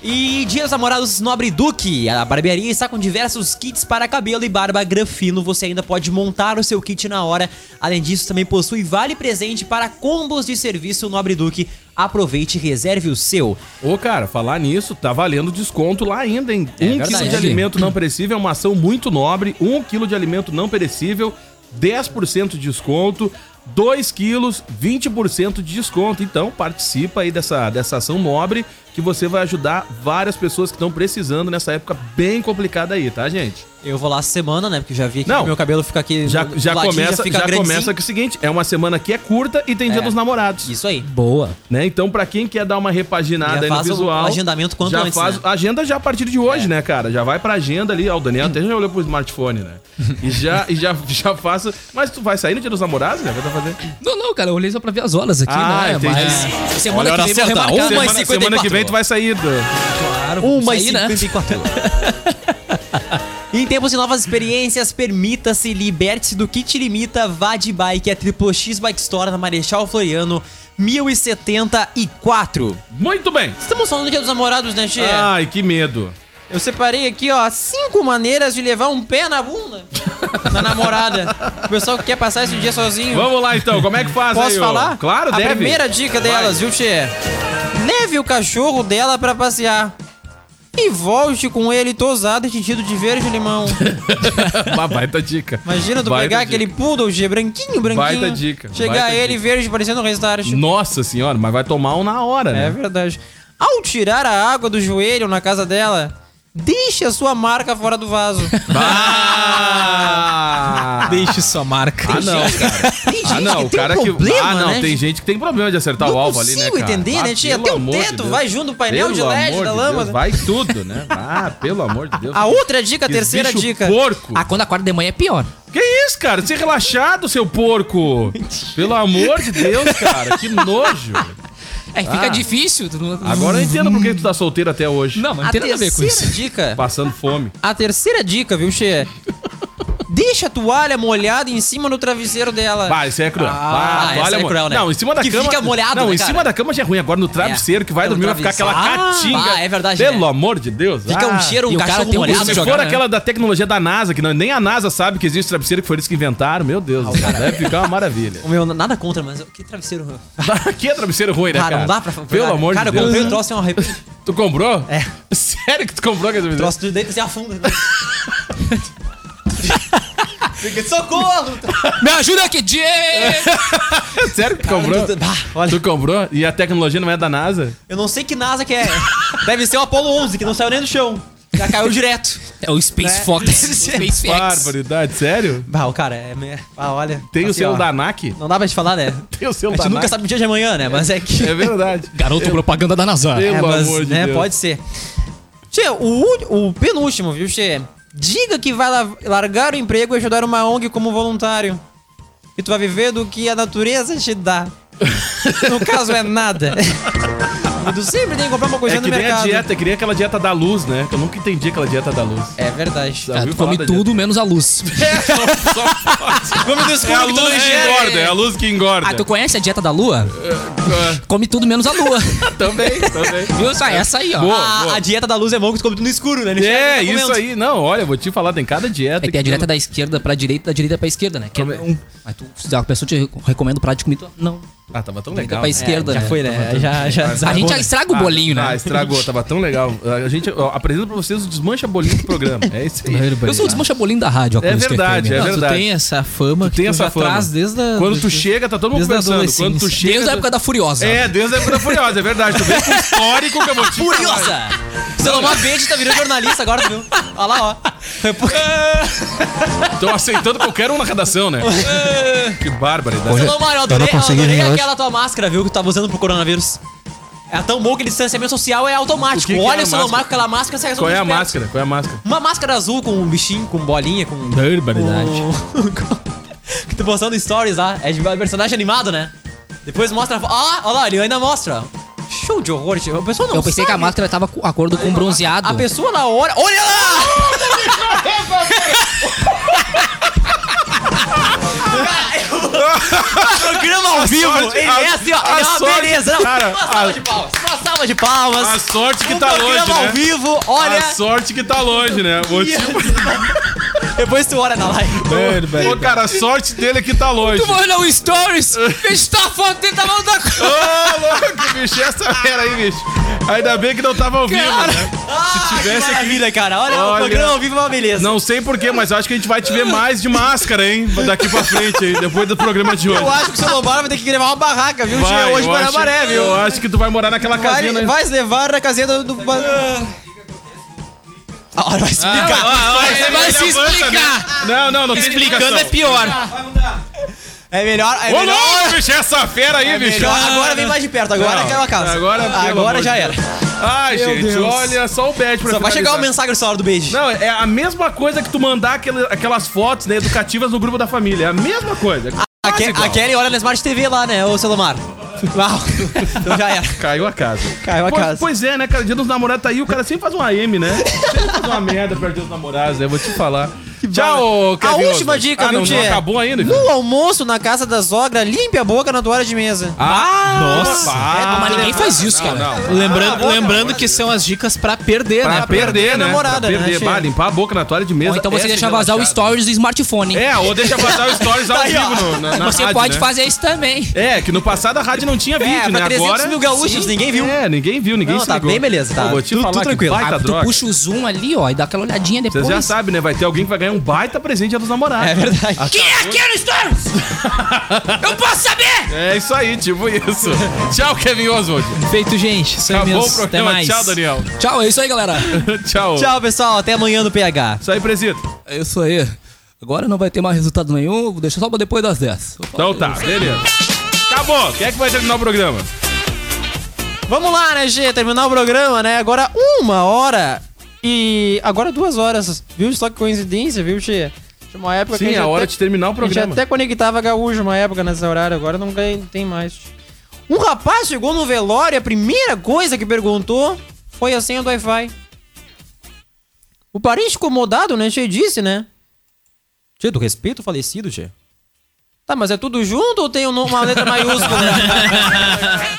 Speaker 7: E Dia dos Namorados Nobre Duque. A barbearia está com diversos kits para cabelo e barba grafino. Você ainda pode montar o seu kit na hora. Além disso, também possui vale presente para combos de serviço Nobre Duque. Aproveite e reserve o seu.
Speaker 3: Ô, cara, falar nisso, tá valendo desconto lá ainda, hein? um
Speaker 5: verdade.
Speaker 3: quilo de alimento não perecível é uma ação muito nobre. Um quilo de alimento não perecível, 10% de desconto. 2 quilos, 20% de desconto. Então, participa aí dessa, dessa ação nobre que você vai ajudar várias pessoas que estão precisando nessa época bem complicada aí, tá, gente?
Speaker 7: Eu vou lá essa semana, né? Porque eu já vi aqui
Speaker 3: Não.
Speaker 7: que meu cabelo fica aqui.
Speaker 3: Já,
Speaker 7: do
Speaker 3: já
Speaker 7: ladinho,
Speaker 3: começa, já,
Speaker 7: grandezinho.
Speaker 3: começa que é o seguinte, é uma semana que é curta e tem
Speaker 7: É.
Speaker 3: dia dos namorados.
Speaker 7: Isso aí.
Speaker 6: Boa.
Speaker 3: Né? Então, pra quem quer dar uma repaginada
Speaker 7: Já
Speaker 3: aí no
Speaker 7: faz o
Speaker 3: visual.
Speaker 7: agendamento quanto
Speaker 3: já
Speaker 7: antes,
Speaker 3: Faz,
Speaker 7: né? É.
Speaker 3: Agenda já a partir de hoje, né, cara? Já vai pra agenda ali. Ó, o Daniel até já olhou pro smartphone, né? E já, e já, já faça. Mas tu vai sair no dia dos namorados, né? Vai tá fazendo.
Speaker 6: Não, não, cara, eu olhei só pra ver as horas aqui,
Speaker 3: Ah,
Speaker 7: é,
Speaker 6: né?
Speaker 3: entendi.
Speaker 6: Mas semana
Speaker 5: Olha a hora
Speaker 6: que vem vou
Speaker 5: certa,
Speaker 6: remarcar.
Speaker 5: uma
Speaker 3: Semana, semana que vem tu vai sair. do-
Speaker 7: Uma e
Speaker 6: Isso aí, né?
Speaker 7: 54. <laughs> Em tempos de novas experiências, permita-se, liberte-se do que te limita, vá de bike a Triplo X Bike Store na Marechal Floriano, 1074.
Speaker 3: Muito bem.
Speaker 7: Estamos falando do Dia dos Namorados, né, Gê?
Speaker 3: Ai, que medo.
Speaker 7: Eu separei aqui, ó, cinco maneiras de levar um pé
Speaker 3: <laughs>
Speaker 7: na bunda na namorada. O pessoal que quer passar esse dia sozinho.
Speaker 3: Vamos lá então, como é que faz
Speaker 7: Posso
Speaker 3: aí, ô?
Speaker 7: falar?
Speaker 3: Claro,
Speaker 7: a
Speaker 3: deve.
Speaker 7: primeira dica delas, viu, Tchê? Leve o cachorro dela pra passear. E volte com ele tosado e tingido de verde e
Speaker 3: <laughs>
Speaker 7: limão.
Speaker 3: Uma baita tá dica.
Speaker 7: Imagina tu
Speaker 3: Baita
Speaker 7: pegar
Speaker 3: dica.
Speaker 7: aquele poodle, Gê, branquinho, branquinho.
Speaker 3: Baita dica,
Speaker 7: Chegar
Speaker 3: baita
Speaker 7: ele
Speaker 3: dica.
Speaker 7: verde, parecendo um restart.
Speaker 3: Nossa senhora, mas vai tomar um na hora,
Speaker 7: É
Speaker 3: né?
Speaker 7: verdade. Ao tirar a água do joelho na casa dela, deixe a sua marca fora
Speaker 3: <laughs>
Speaker 7: do vaso. <laughs>
Speaker 3: Ah!
Speaker 8: Deixe sua marca.
Speaker 3: Ah, não, cara.
Speaker 7: Tem gente
Speaker 3: ah, não, o
Speaker 7: que tem
Speaker 3: cara
Speaker 7: um
Speaker 3: que.
Speaker 7: problema,
Speaker 3: Ah, não,
Speaker 7: né,
Speaker 3: tem
Speaker 7: gente?
Speaker 3: gente que tem problema de acertar o
Speaker 7: Não
Speaker 3: alvo ali, né?
Speaker 7: consigo
Speaker 3: cara?
Speaker 7: entender, né,
Speaker 3: Ah,
Speaker 7: tia?
Speaker 3: pelo
Speaker 7: Até o
Speaker 3: amor de
Speaker 7: teto
Speaker 3: Deus.
Speaker 7: vai junto, o painel de
Speaker 3: Pelo
Speaker 7: LED
Speaker 3: amor
Speaker 7: da
Speaker 3: de
Speaker 7: lâmpada.
Speaker 3: Deus, vai tudo,
Speaker 7: <laughs>
Speaker 3: né? Ah, pelo amor de Deus.
Speaker 7: A outra dica, a
Speaker 3: Que
Speaker 7: terceira
Speaker 3: bicho
Speaker 7: dica.
Speaker 3: Porco.
Speaker 6: Ah, quando acorda de manhã é pior.
Speaker 3: Que isso, cara? Você é relaxado, seu porco. Pelo amor de Deus, cara. Que nojo.
Speaker 6: É, fica
Speaker 3: Ah.
Speaker 6: difícil. tu não-
Speaker 3: Agora eu entendo por que tu tá solteiro até hoje.
Speaker 6: Não, mas não
Speaker 7: A
Speaker 6: tem nada a ver com isso.
Speaker 7: terceira dica.
Speaker 3: Passando fome.
Speaker 7: A terceira dica, viu, Che? Deixa a toalha molhada em cima do travesseiro dela.
Speaker 3: Bah, isso aí é cruel.
Speaker 7: Ah,
Speaker 3: Bah,
Speaker 7: essa
Speaker 3: olha,
Speaker 7: é
Speaker 3: mo-
Speaker 7: cruel, né?
Speaker 3: Não, em cima da
Speaker 7: Que
Speaker 3: cama.
Speaker 7: fica molhado,
Speaker 3: Não,
Speaker 7: né,
Speaker 3: em
Speaker 7: cara?
Speaker 3: cima da cama já é ruim. Agora no travesseiro que vai
Speaker 7: Pelo
Speaker 3: dormir vai ficar aquela
Speaker 7: travesseiro.
Speaker 3: catinga.
Speaker 7: Ah, é verdade,
Speaker 3: Pelo
Speaker 7: né?
Speaker 3: amor de Deus.
Speaker 7: Fica
Speaker 3: Ah.
Speaker 7: um cheiro, um
Speaker 6: e o cara
Speaker 7: cachorro
Speaker 6: tem um
Speaker 7: molhado.
Speaker 6: olhar
Speaker 3: Se
Speaker 6: jogar,
Speaker 3: for
Speaker 6: né?
Speaker 3: aquela da tecnologia da NASA, que não- nem a NASA sabe que existe travesseiro, que foi eles que inventaram, meu Deus,
Speaker 7: Ah,
Speaker 3: do céu, deve ficar uma
Speaker 7: <laughs>
Speaker 3: maravilha.
Speaker 7: O meu, nada contra, mas que travesseiro. ruim.
Speaker 3: que travesseiro ruim, né,
Speaker 7: Cara,
Speaker 3: É, cara?
Speaker 7: Ah, não dá pra
Speaker 3: Pelo amor
Speaker 7: cara,
Speaker 3: de Deus.
Speaker 7: Cara, eu comprei o troço
Speaker 3: <laughs>
Speaker 7: e um arrepio.
Speaker 3: Tu comprou? <laughs>
Speaker 7: É. <laughs>
Speaker 3: Sério que tu comprou aquele travesseiro?
Speaker 7: O troço de dentro se afunda. Socorro!
Speaker 6: Me ajuda aqui, Diego!
Speaker 3: <laughs> Sério que tu comprou?
Speaker 7: Tô- bah, olha,
Speaker 3: Tu comprou? E a tecnologia não é da NASA?
Speaker 7: eu não sei que NASA que é. Deve ser o Apollo 11, que não saiu nem do chão. Já caiu direto.
Speaker 6: É o Space
Speaker 3: <laughs>
Speaker 7: Né?
Speaker 6: Fox. Space Fox.
Speaker 3: Barbaridade, sério?
Speaker 7: Bah, o cara, é... me- Ah, olha.
Speaker 3: Tem o
Speaker 7: assim,
Speaker 3: selo
Speaker 7: ó,
Speaker 3: da ANAC?
Speaker 7: Não dá pra te falar, né?
Speaker 3: <laughs> Tem o
Speaker 7: A
Speaker 3: selo da
Speaker 7: gente nunca
Speaker 3: ANAC?
Speaker 7: sabe o dia de amanhã, né? Mas é que... <laughs>
Speaker 3: É verdade.
Speaker 5: Garoto propaganda da NASA.
Speaker 3: Pelo
Speaker 7: É, mas,
Speaker 3: amor de
Speaker 7: né,
Speaker 3: Deus.
Speaker 7: Pode ser. Tchê, o, ú- o penúltimo, viu, Tchê? Diga que vai la- largar o emprego e ajudar uma ONG como voluntário. E tu vai viver do que a natureza te dá.
Speaker 3: <laughs>
Speaker 7: No caso, é nada. E tu sempre tem que comprar uma coisa
Speaker 3: É
Speaker 7: no
Speaker 3: que nem a
Speaker 7: mercado.
Speaker 3: dieta, queria aquela dieta da luz, né? Que eu nunca entendi aquela dieta da luz.
Speaker 7: É verdade.
Speaker 3: Já
Speaker 6: Ah,
Speaker 3: ouviu
Speaker 6: tu come
Speaker 3: falar da
Speaker 6: tudo menos a
Speaker 3: <laughs>
Speaker 6: luz.
Speaker 7: <laughs> Como tu
Speaker 3: É a
Speaker 7: descobre que tu
Speaker 3: luz que
Speaker 7: ingere?
Speaker 3: engorda, é a luz que engorda. É.
Speaker 6: Ah, tu conhece a dieta da lua? Come tudo menos a
Speaker 3: <laughs>
Speaker 6: lua.
Speaker 3: Também, também.
Speaker 6: Viu? Só essa aí, ó.
Speaker 3: Boa.
Speaker 7: A, a dieta da luz é bom que tu come tudo no escuro, né? Ele enxerga
Speaker 3: É,
Speaker 7: o documento.
Speaker 3: isso aí. Não, olha, vou te falar, tem cada dieta.
Speaker 7: É
Speaker 6: Aí tem a
Speaker 3: que-
Speaker 6: direita da esquerda pra direita, da direita pra esquerda, né? Que é
Speaker 3: Come-
Speaker 6: um. Mas tu, se a pessoa te re- recomenda o prato de comida, tu- não.
Speaker 3: Ah, tava tão
Speaker 6: Direita
Speaker 3: legal.
Speaker 6: pra
Speaker 3: né?
Speaker 6: esquerda,
Speaker 7: Já
Speaker 6: né?
Speaker 7: foi, né? Já, já
Speaker 6: A gente
Speaker 7: desarmou,
Speaker 6: já
Speaker 7: né?
Speaker 6: estraga o bolinho,
Speaker 3: Ah,
Speaker 6: né?
Speaker 3: estragou, tava tão legal. A gente ó, apresenta pra vocês o desmancha bolinho do programa. É isso aí.
Speaker 6: <laughs> Eu sou o desmancha bolinho da rádio, ó,
Speaker 3: É
Speaker 6: Acústica
Speaker 3: verdade,
Speaker 6: FM.
Speaker 3: é
Speaker 8: Não, tu
Speaker 3: verdade.
Speaker 8: tem essa fama
Speaker 3: Tu
Speaker 8: que
Speaker 3: tem
Speaker 8: tu
Speaker 3: essa
Speaker 8: já
Speaker 3: fama.
Speaker 8: traz desde a...
Speaker 3: Quando tu
Speaker 8: desde-
Speaker 3: chega, tá todo mundo
Speaker 8: desde a
Speaker 3: conversando.
Speaker 8: adolescência.
Speaker 3: Quando tu chega.
Speaker 6: Desde a época da Furiosa.
Speaker 3: É, desde a época da Furiosa, é verdade. Tu vê com o histórico que eu vou te falar. <laughs>
Speaker 7: Curiosa! Selomar Verde tá virando jornalista agora, tu viu? Olha lá,
Speaker 3: <laughs>
Speaker 7: ó.
Speaker 3: Estão aceitando qualquer um na redação, né? que barbaridade.
Speaker 7: Salomar, Tá eu adorei, eu adorei aquela tua máscara, viu, que tu tava usando pro coronavírus. É tão bom que ele distanciamento social é
Speaker 3: O
Speaker 7: automático.
Speaker 3: que que é
Speaker 7: Olha
Speaker 3: a
Speaker 7: o Salomar
Speaker 3: máscara?
Speaker 7: com aquela máscara, sai
Speaker 3: Qual é a
Speaker 7: super esperto.
Speaker 3: máscara? Qual é a máscara?
Speaker 7: Uma máscara azul com um bichinho, com bolinha, com.
Speaker 8: Barbaridade.
Speaker 7: com- <laughs> que tu postando stories lá. É de personagem animado, né? Depois mostra a fo- Ah, olha lá, ele ainda mostra. Show de horror, tio. A pessoa não
Speaker 6: Eu pensei que a
Speaker 7: sabe.
Speaker 6: máscara tava com acordo
Speaker 3: É.
Speaker 6: com bronzeado.
Speaker 7: A pessoa na hora. Olha lá! <laughs> Programa ao vivo!
Speaker 3: sorte-
Speaker 7: ele é
Speaker 3: a-
Speaker 7: assim, ó!
Speaker 3: a
Speaker 7: Ele é uma
Speaker 3: sorte-
Speaker 7: beleza! Não,
Speaker 3: cara,
Speaker 7: uma salva
Speaker 3: a-
Speaker 7: de palmas! Uma salva de palmas!
Speaker 3: A sorte que
Speaker 7: um
Speaker 3: tá
Speaker 7: programa
Speaker 3: longe,
Speaker 7: ao
Speaker 3: né?
Speaker 7: vivo, olha!
Speaker 3: A sorte que tá longe, né? Vou te...
Speaker 7: Depois tu olha na live.
Speaker 3: Ô, cara, a sorte dele é que tá longe.
Speaker 6: Tu vai olhar o
Speaker 3: <laughs>
Speaker 6: Stories! Bicho, tá foto dentro da mão da
Speaker 3: Ô, louco, bicho, essa fera aí, bicho. Ainda bem que não tava ao vivo, né?
Speaker 7: Ah,
Speaker 3: tivesse
Speaker 7: que maravilha, cara! Olha, o
Speaker 3: Olha.
Speaker 7: programa ao vivo é uma beleza!
Speaker 3: Não sei porquê, mas eu acho que a gente vai te ver mais de máscara, hein? Daqui pra frente, hein? Depois do programa de hoje.
Speaker 7: Eu acho que o seu Lombardo vai ter que gravar uma barraca, viu?
Speaker 3: Vai,
Speaker 7: Hoje
Speaker 3: eu
Speaker 7: para
Speaker 3: acho-
Speaker 7: Maré, viu?
Speaker 3: Eu acho que tu vai morar naquela
Speaker 7: Vai,
Speaker 3: casinha, né?
Speaker 7: vai se levar na casinha do. do... A hora vai
Speaker 3: Ah,
Speaker 7: explicar.
Speaker 6: Você vai se
Speaker 3: Levanta, né?
Speaker 6: explicar!
Speaker 3: Não, não, não tem
Speaker 6: Explicando
Speaker 3: explicação.
Speaker 6: é pior.
Speaker 7: É melhor. É
Speaker 3: Ô,
Speaker 7: melhor.
Speaker 3: louco, bicho, essa fera aí, bicho.
Speaker 7: É melhor- Agora vem mais de perto, agora
Speaker 3: Não,
Speaker 7: caiu a casa.
Speaker 3: agora, é pelo
Speaker 7: agora
Speaker 3: amor
Speaker 7: já
Speaker 3: de
Speaker 7: era.
Speaker 3: Ai, gente, olha só o bad pra
Speaker 7: Só vai chegar
Speaker 3: finalizar.
Speaker 7: uma mensagem só hora do beijo.
Speaker 3: Não, é a mesma coisa que tu mandar aquele- aquelas fotos né, educativas no grupo da família. É a mesma coisa.
Speaker 7: a, Ke-
Speaker 3: Quase igual.
Speaker 7: a Kelly olha na Smart TV lá, né, ô Selomar?
Speaker 3: <laughs>
Speaker 7: Uau. Então já era.
Speaker 3: Caiu a casa.
Speaker 7: Caiu a
Speaker 3: pois,
Speaker 7: casa.
Speaker 3: Pois é, né, cara? Dia dos namorados tá aí, o cara sempre faz um AM, né? Sempre faz uma merda perto dos namorados, né? Vou te falar. Tchau, é,
Speaker 7: A
Speaker 3: Kevin
Speaker 7: última
Speaker 3: Oswald.
Speaker 7: dica,
Speaker 3: ah,
Speaker 7: viu,
Speaker 3: não, não
Speaker 7: tia?
Speaker 3: acabou ainda? filho?
Speaker 7: No almoço na casa da sogra, limpe a boca na toalha de mesa.
Speaker 3: Ah,
Speaker 7: é
Speaker 3: nossa.
Speaker 6: Ah, Mas ninguém faz isso, cara.
Speaker 7: né?
Speaker 3: Ah,
Speaker 8: Lembrando, lembrando que são as dicas pra perder,
Speaker 3: Pra
Speaker 8: né?
Speaker 3: perder, né?
Speaker 7: namorada,
Speaker 3: pra
Speaker 7: né,
Speaker 3: perder.
Speaker 7: tia?
Speaker 3: Bah, limpar a boca na toalha de mesa.
Speaker 6: Ou então você
Speaker 3: Essa
Speaker 6: deixa
Speaker 3: é
Speaker 6: vazar o
Speaker 3: relaxada.
Speaker 6: Stories do smartphone.
Speaker 3: É, ou deixa vazar o stories ao
Speaker 7: Aí, ó.
Speaker 3: vivo no, na, na
Speaker 6: Você
Speaker 3: rádio,
Speaker 6: pode
Speaker 3: né?
Speaker 6: fazer isso também.
Speaker 3: É, que no passado a rádio não tinha vídeo,
Speaker 7: pra
Speaker 3: né?
Speaker 7: 300
Speaker 3: Agora...
Speaker 7: É, mil gaúchos, ninguém viu.
Speaker 3: É, ninguém viu, ninguém
Speaker 7: Não,
Speaker 3: se
Speaker 7: tá
Speaker 3: ligou.
Speaker 7: bem beleza, tá.
Speaker 3: Eu vou te
Speaker 7: Tudo-
Speaker 3: falar
Speaker 7: tudo
Speaker 3: que
Speaker 7: tranquilo.
Speaker 3: baita
Speaker 6: Ah, tu
Speaker 3: droga.
Speaker 6: puxa o zoom ali, ó, e dá aquela olhadinha depois.
Speaker 3: Vocês já sabem, né? Vai ter alguém que vai ganhar um baita presente dia dos namorados.
Speaker 7: É verdade.
Speaker 6: Quem é aquele <laughs> Stories? Eu posso saber!
Speaker 3: É isso aí, tipo
Speaker 7: <laughs>
Speaker 3: isso. Tchau, Kevin Oswald.
Speaker 8: Feito, gente. Isso aí
Speaker 3: Acabou
Speaker 8: mesmo.
Speaker 3: o
Speaker 8: Até
Speaker 3: programa.
Speaker 8: mais.
Speaker 3: Tchau, Daniel. <laughs>
Speaker 6: Tchau, é isso aí, galera.
Speaker 3: Tchau.
Speaker 7: Tchau, pessoal. Até amanhã no PH.
Speaker 3: Isso aí, presídio.
Speaker 6: É isso aí. Agora não vai ter mais resultado nenhum, vou deixar só pra depois das 10.
Speaker 3: Então tá, beleza. Acabou. Quem é que vai terminar o programa?
Speaker 7: Vamos lá, né, G? Terminar o programa, né? Agora uma hora e. Agora duas horas. Viu? Só que coincidência, viu, Che? Tinha uma época que.
Speaker 3: Sim,
Speaker 7: gente
Speaker 3: a hora
Speaker 7: até-
Speaker 3: de terminar o
Speaker 7: A gente
Speaker 3: programa.
Speaker 7: até conectava gaúcho uma época nesse horário, agora não tem, tem mais. Um rapaz chegou no velório e a primeira coisa que perguntou foi a senha do Wi-Fi. O parente incomodado, né, Che disse, né? Che, do respeito
Speaker 3: <laughs>
Speaker 7: ao falecido, Che. Tá, mas é tudo junto ou tem um- uma letra maiúscula?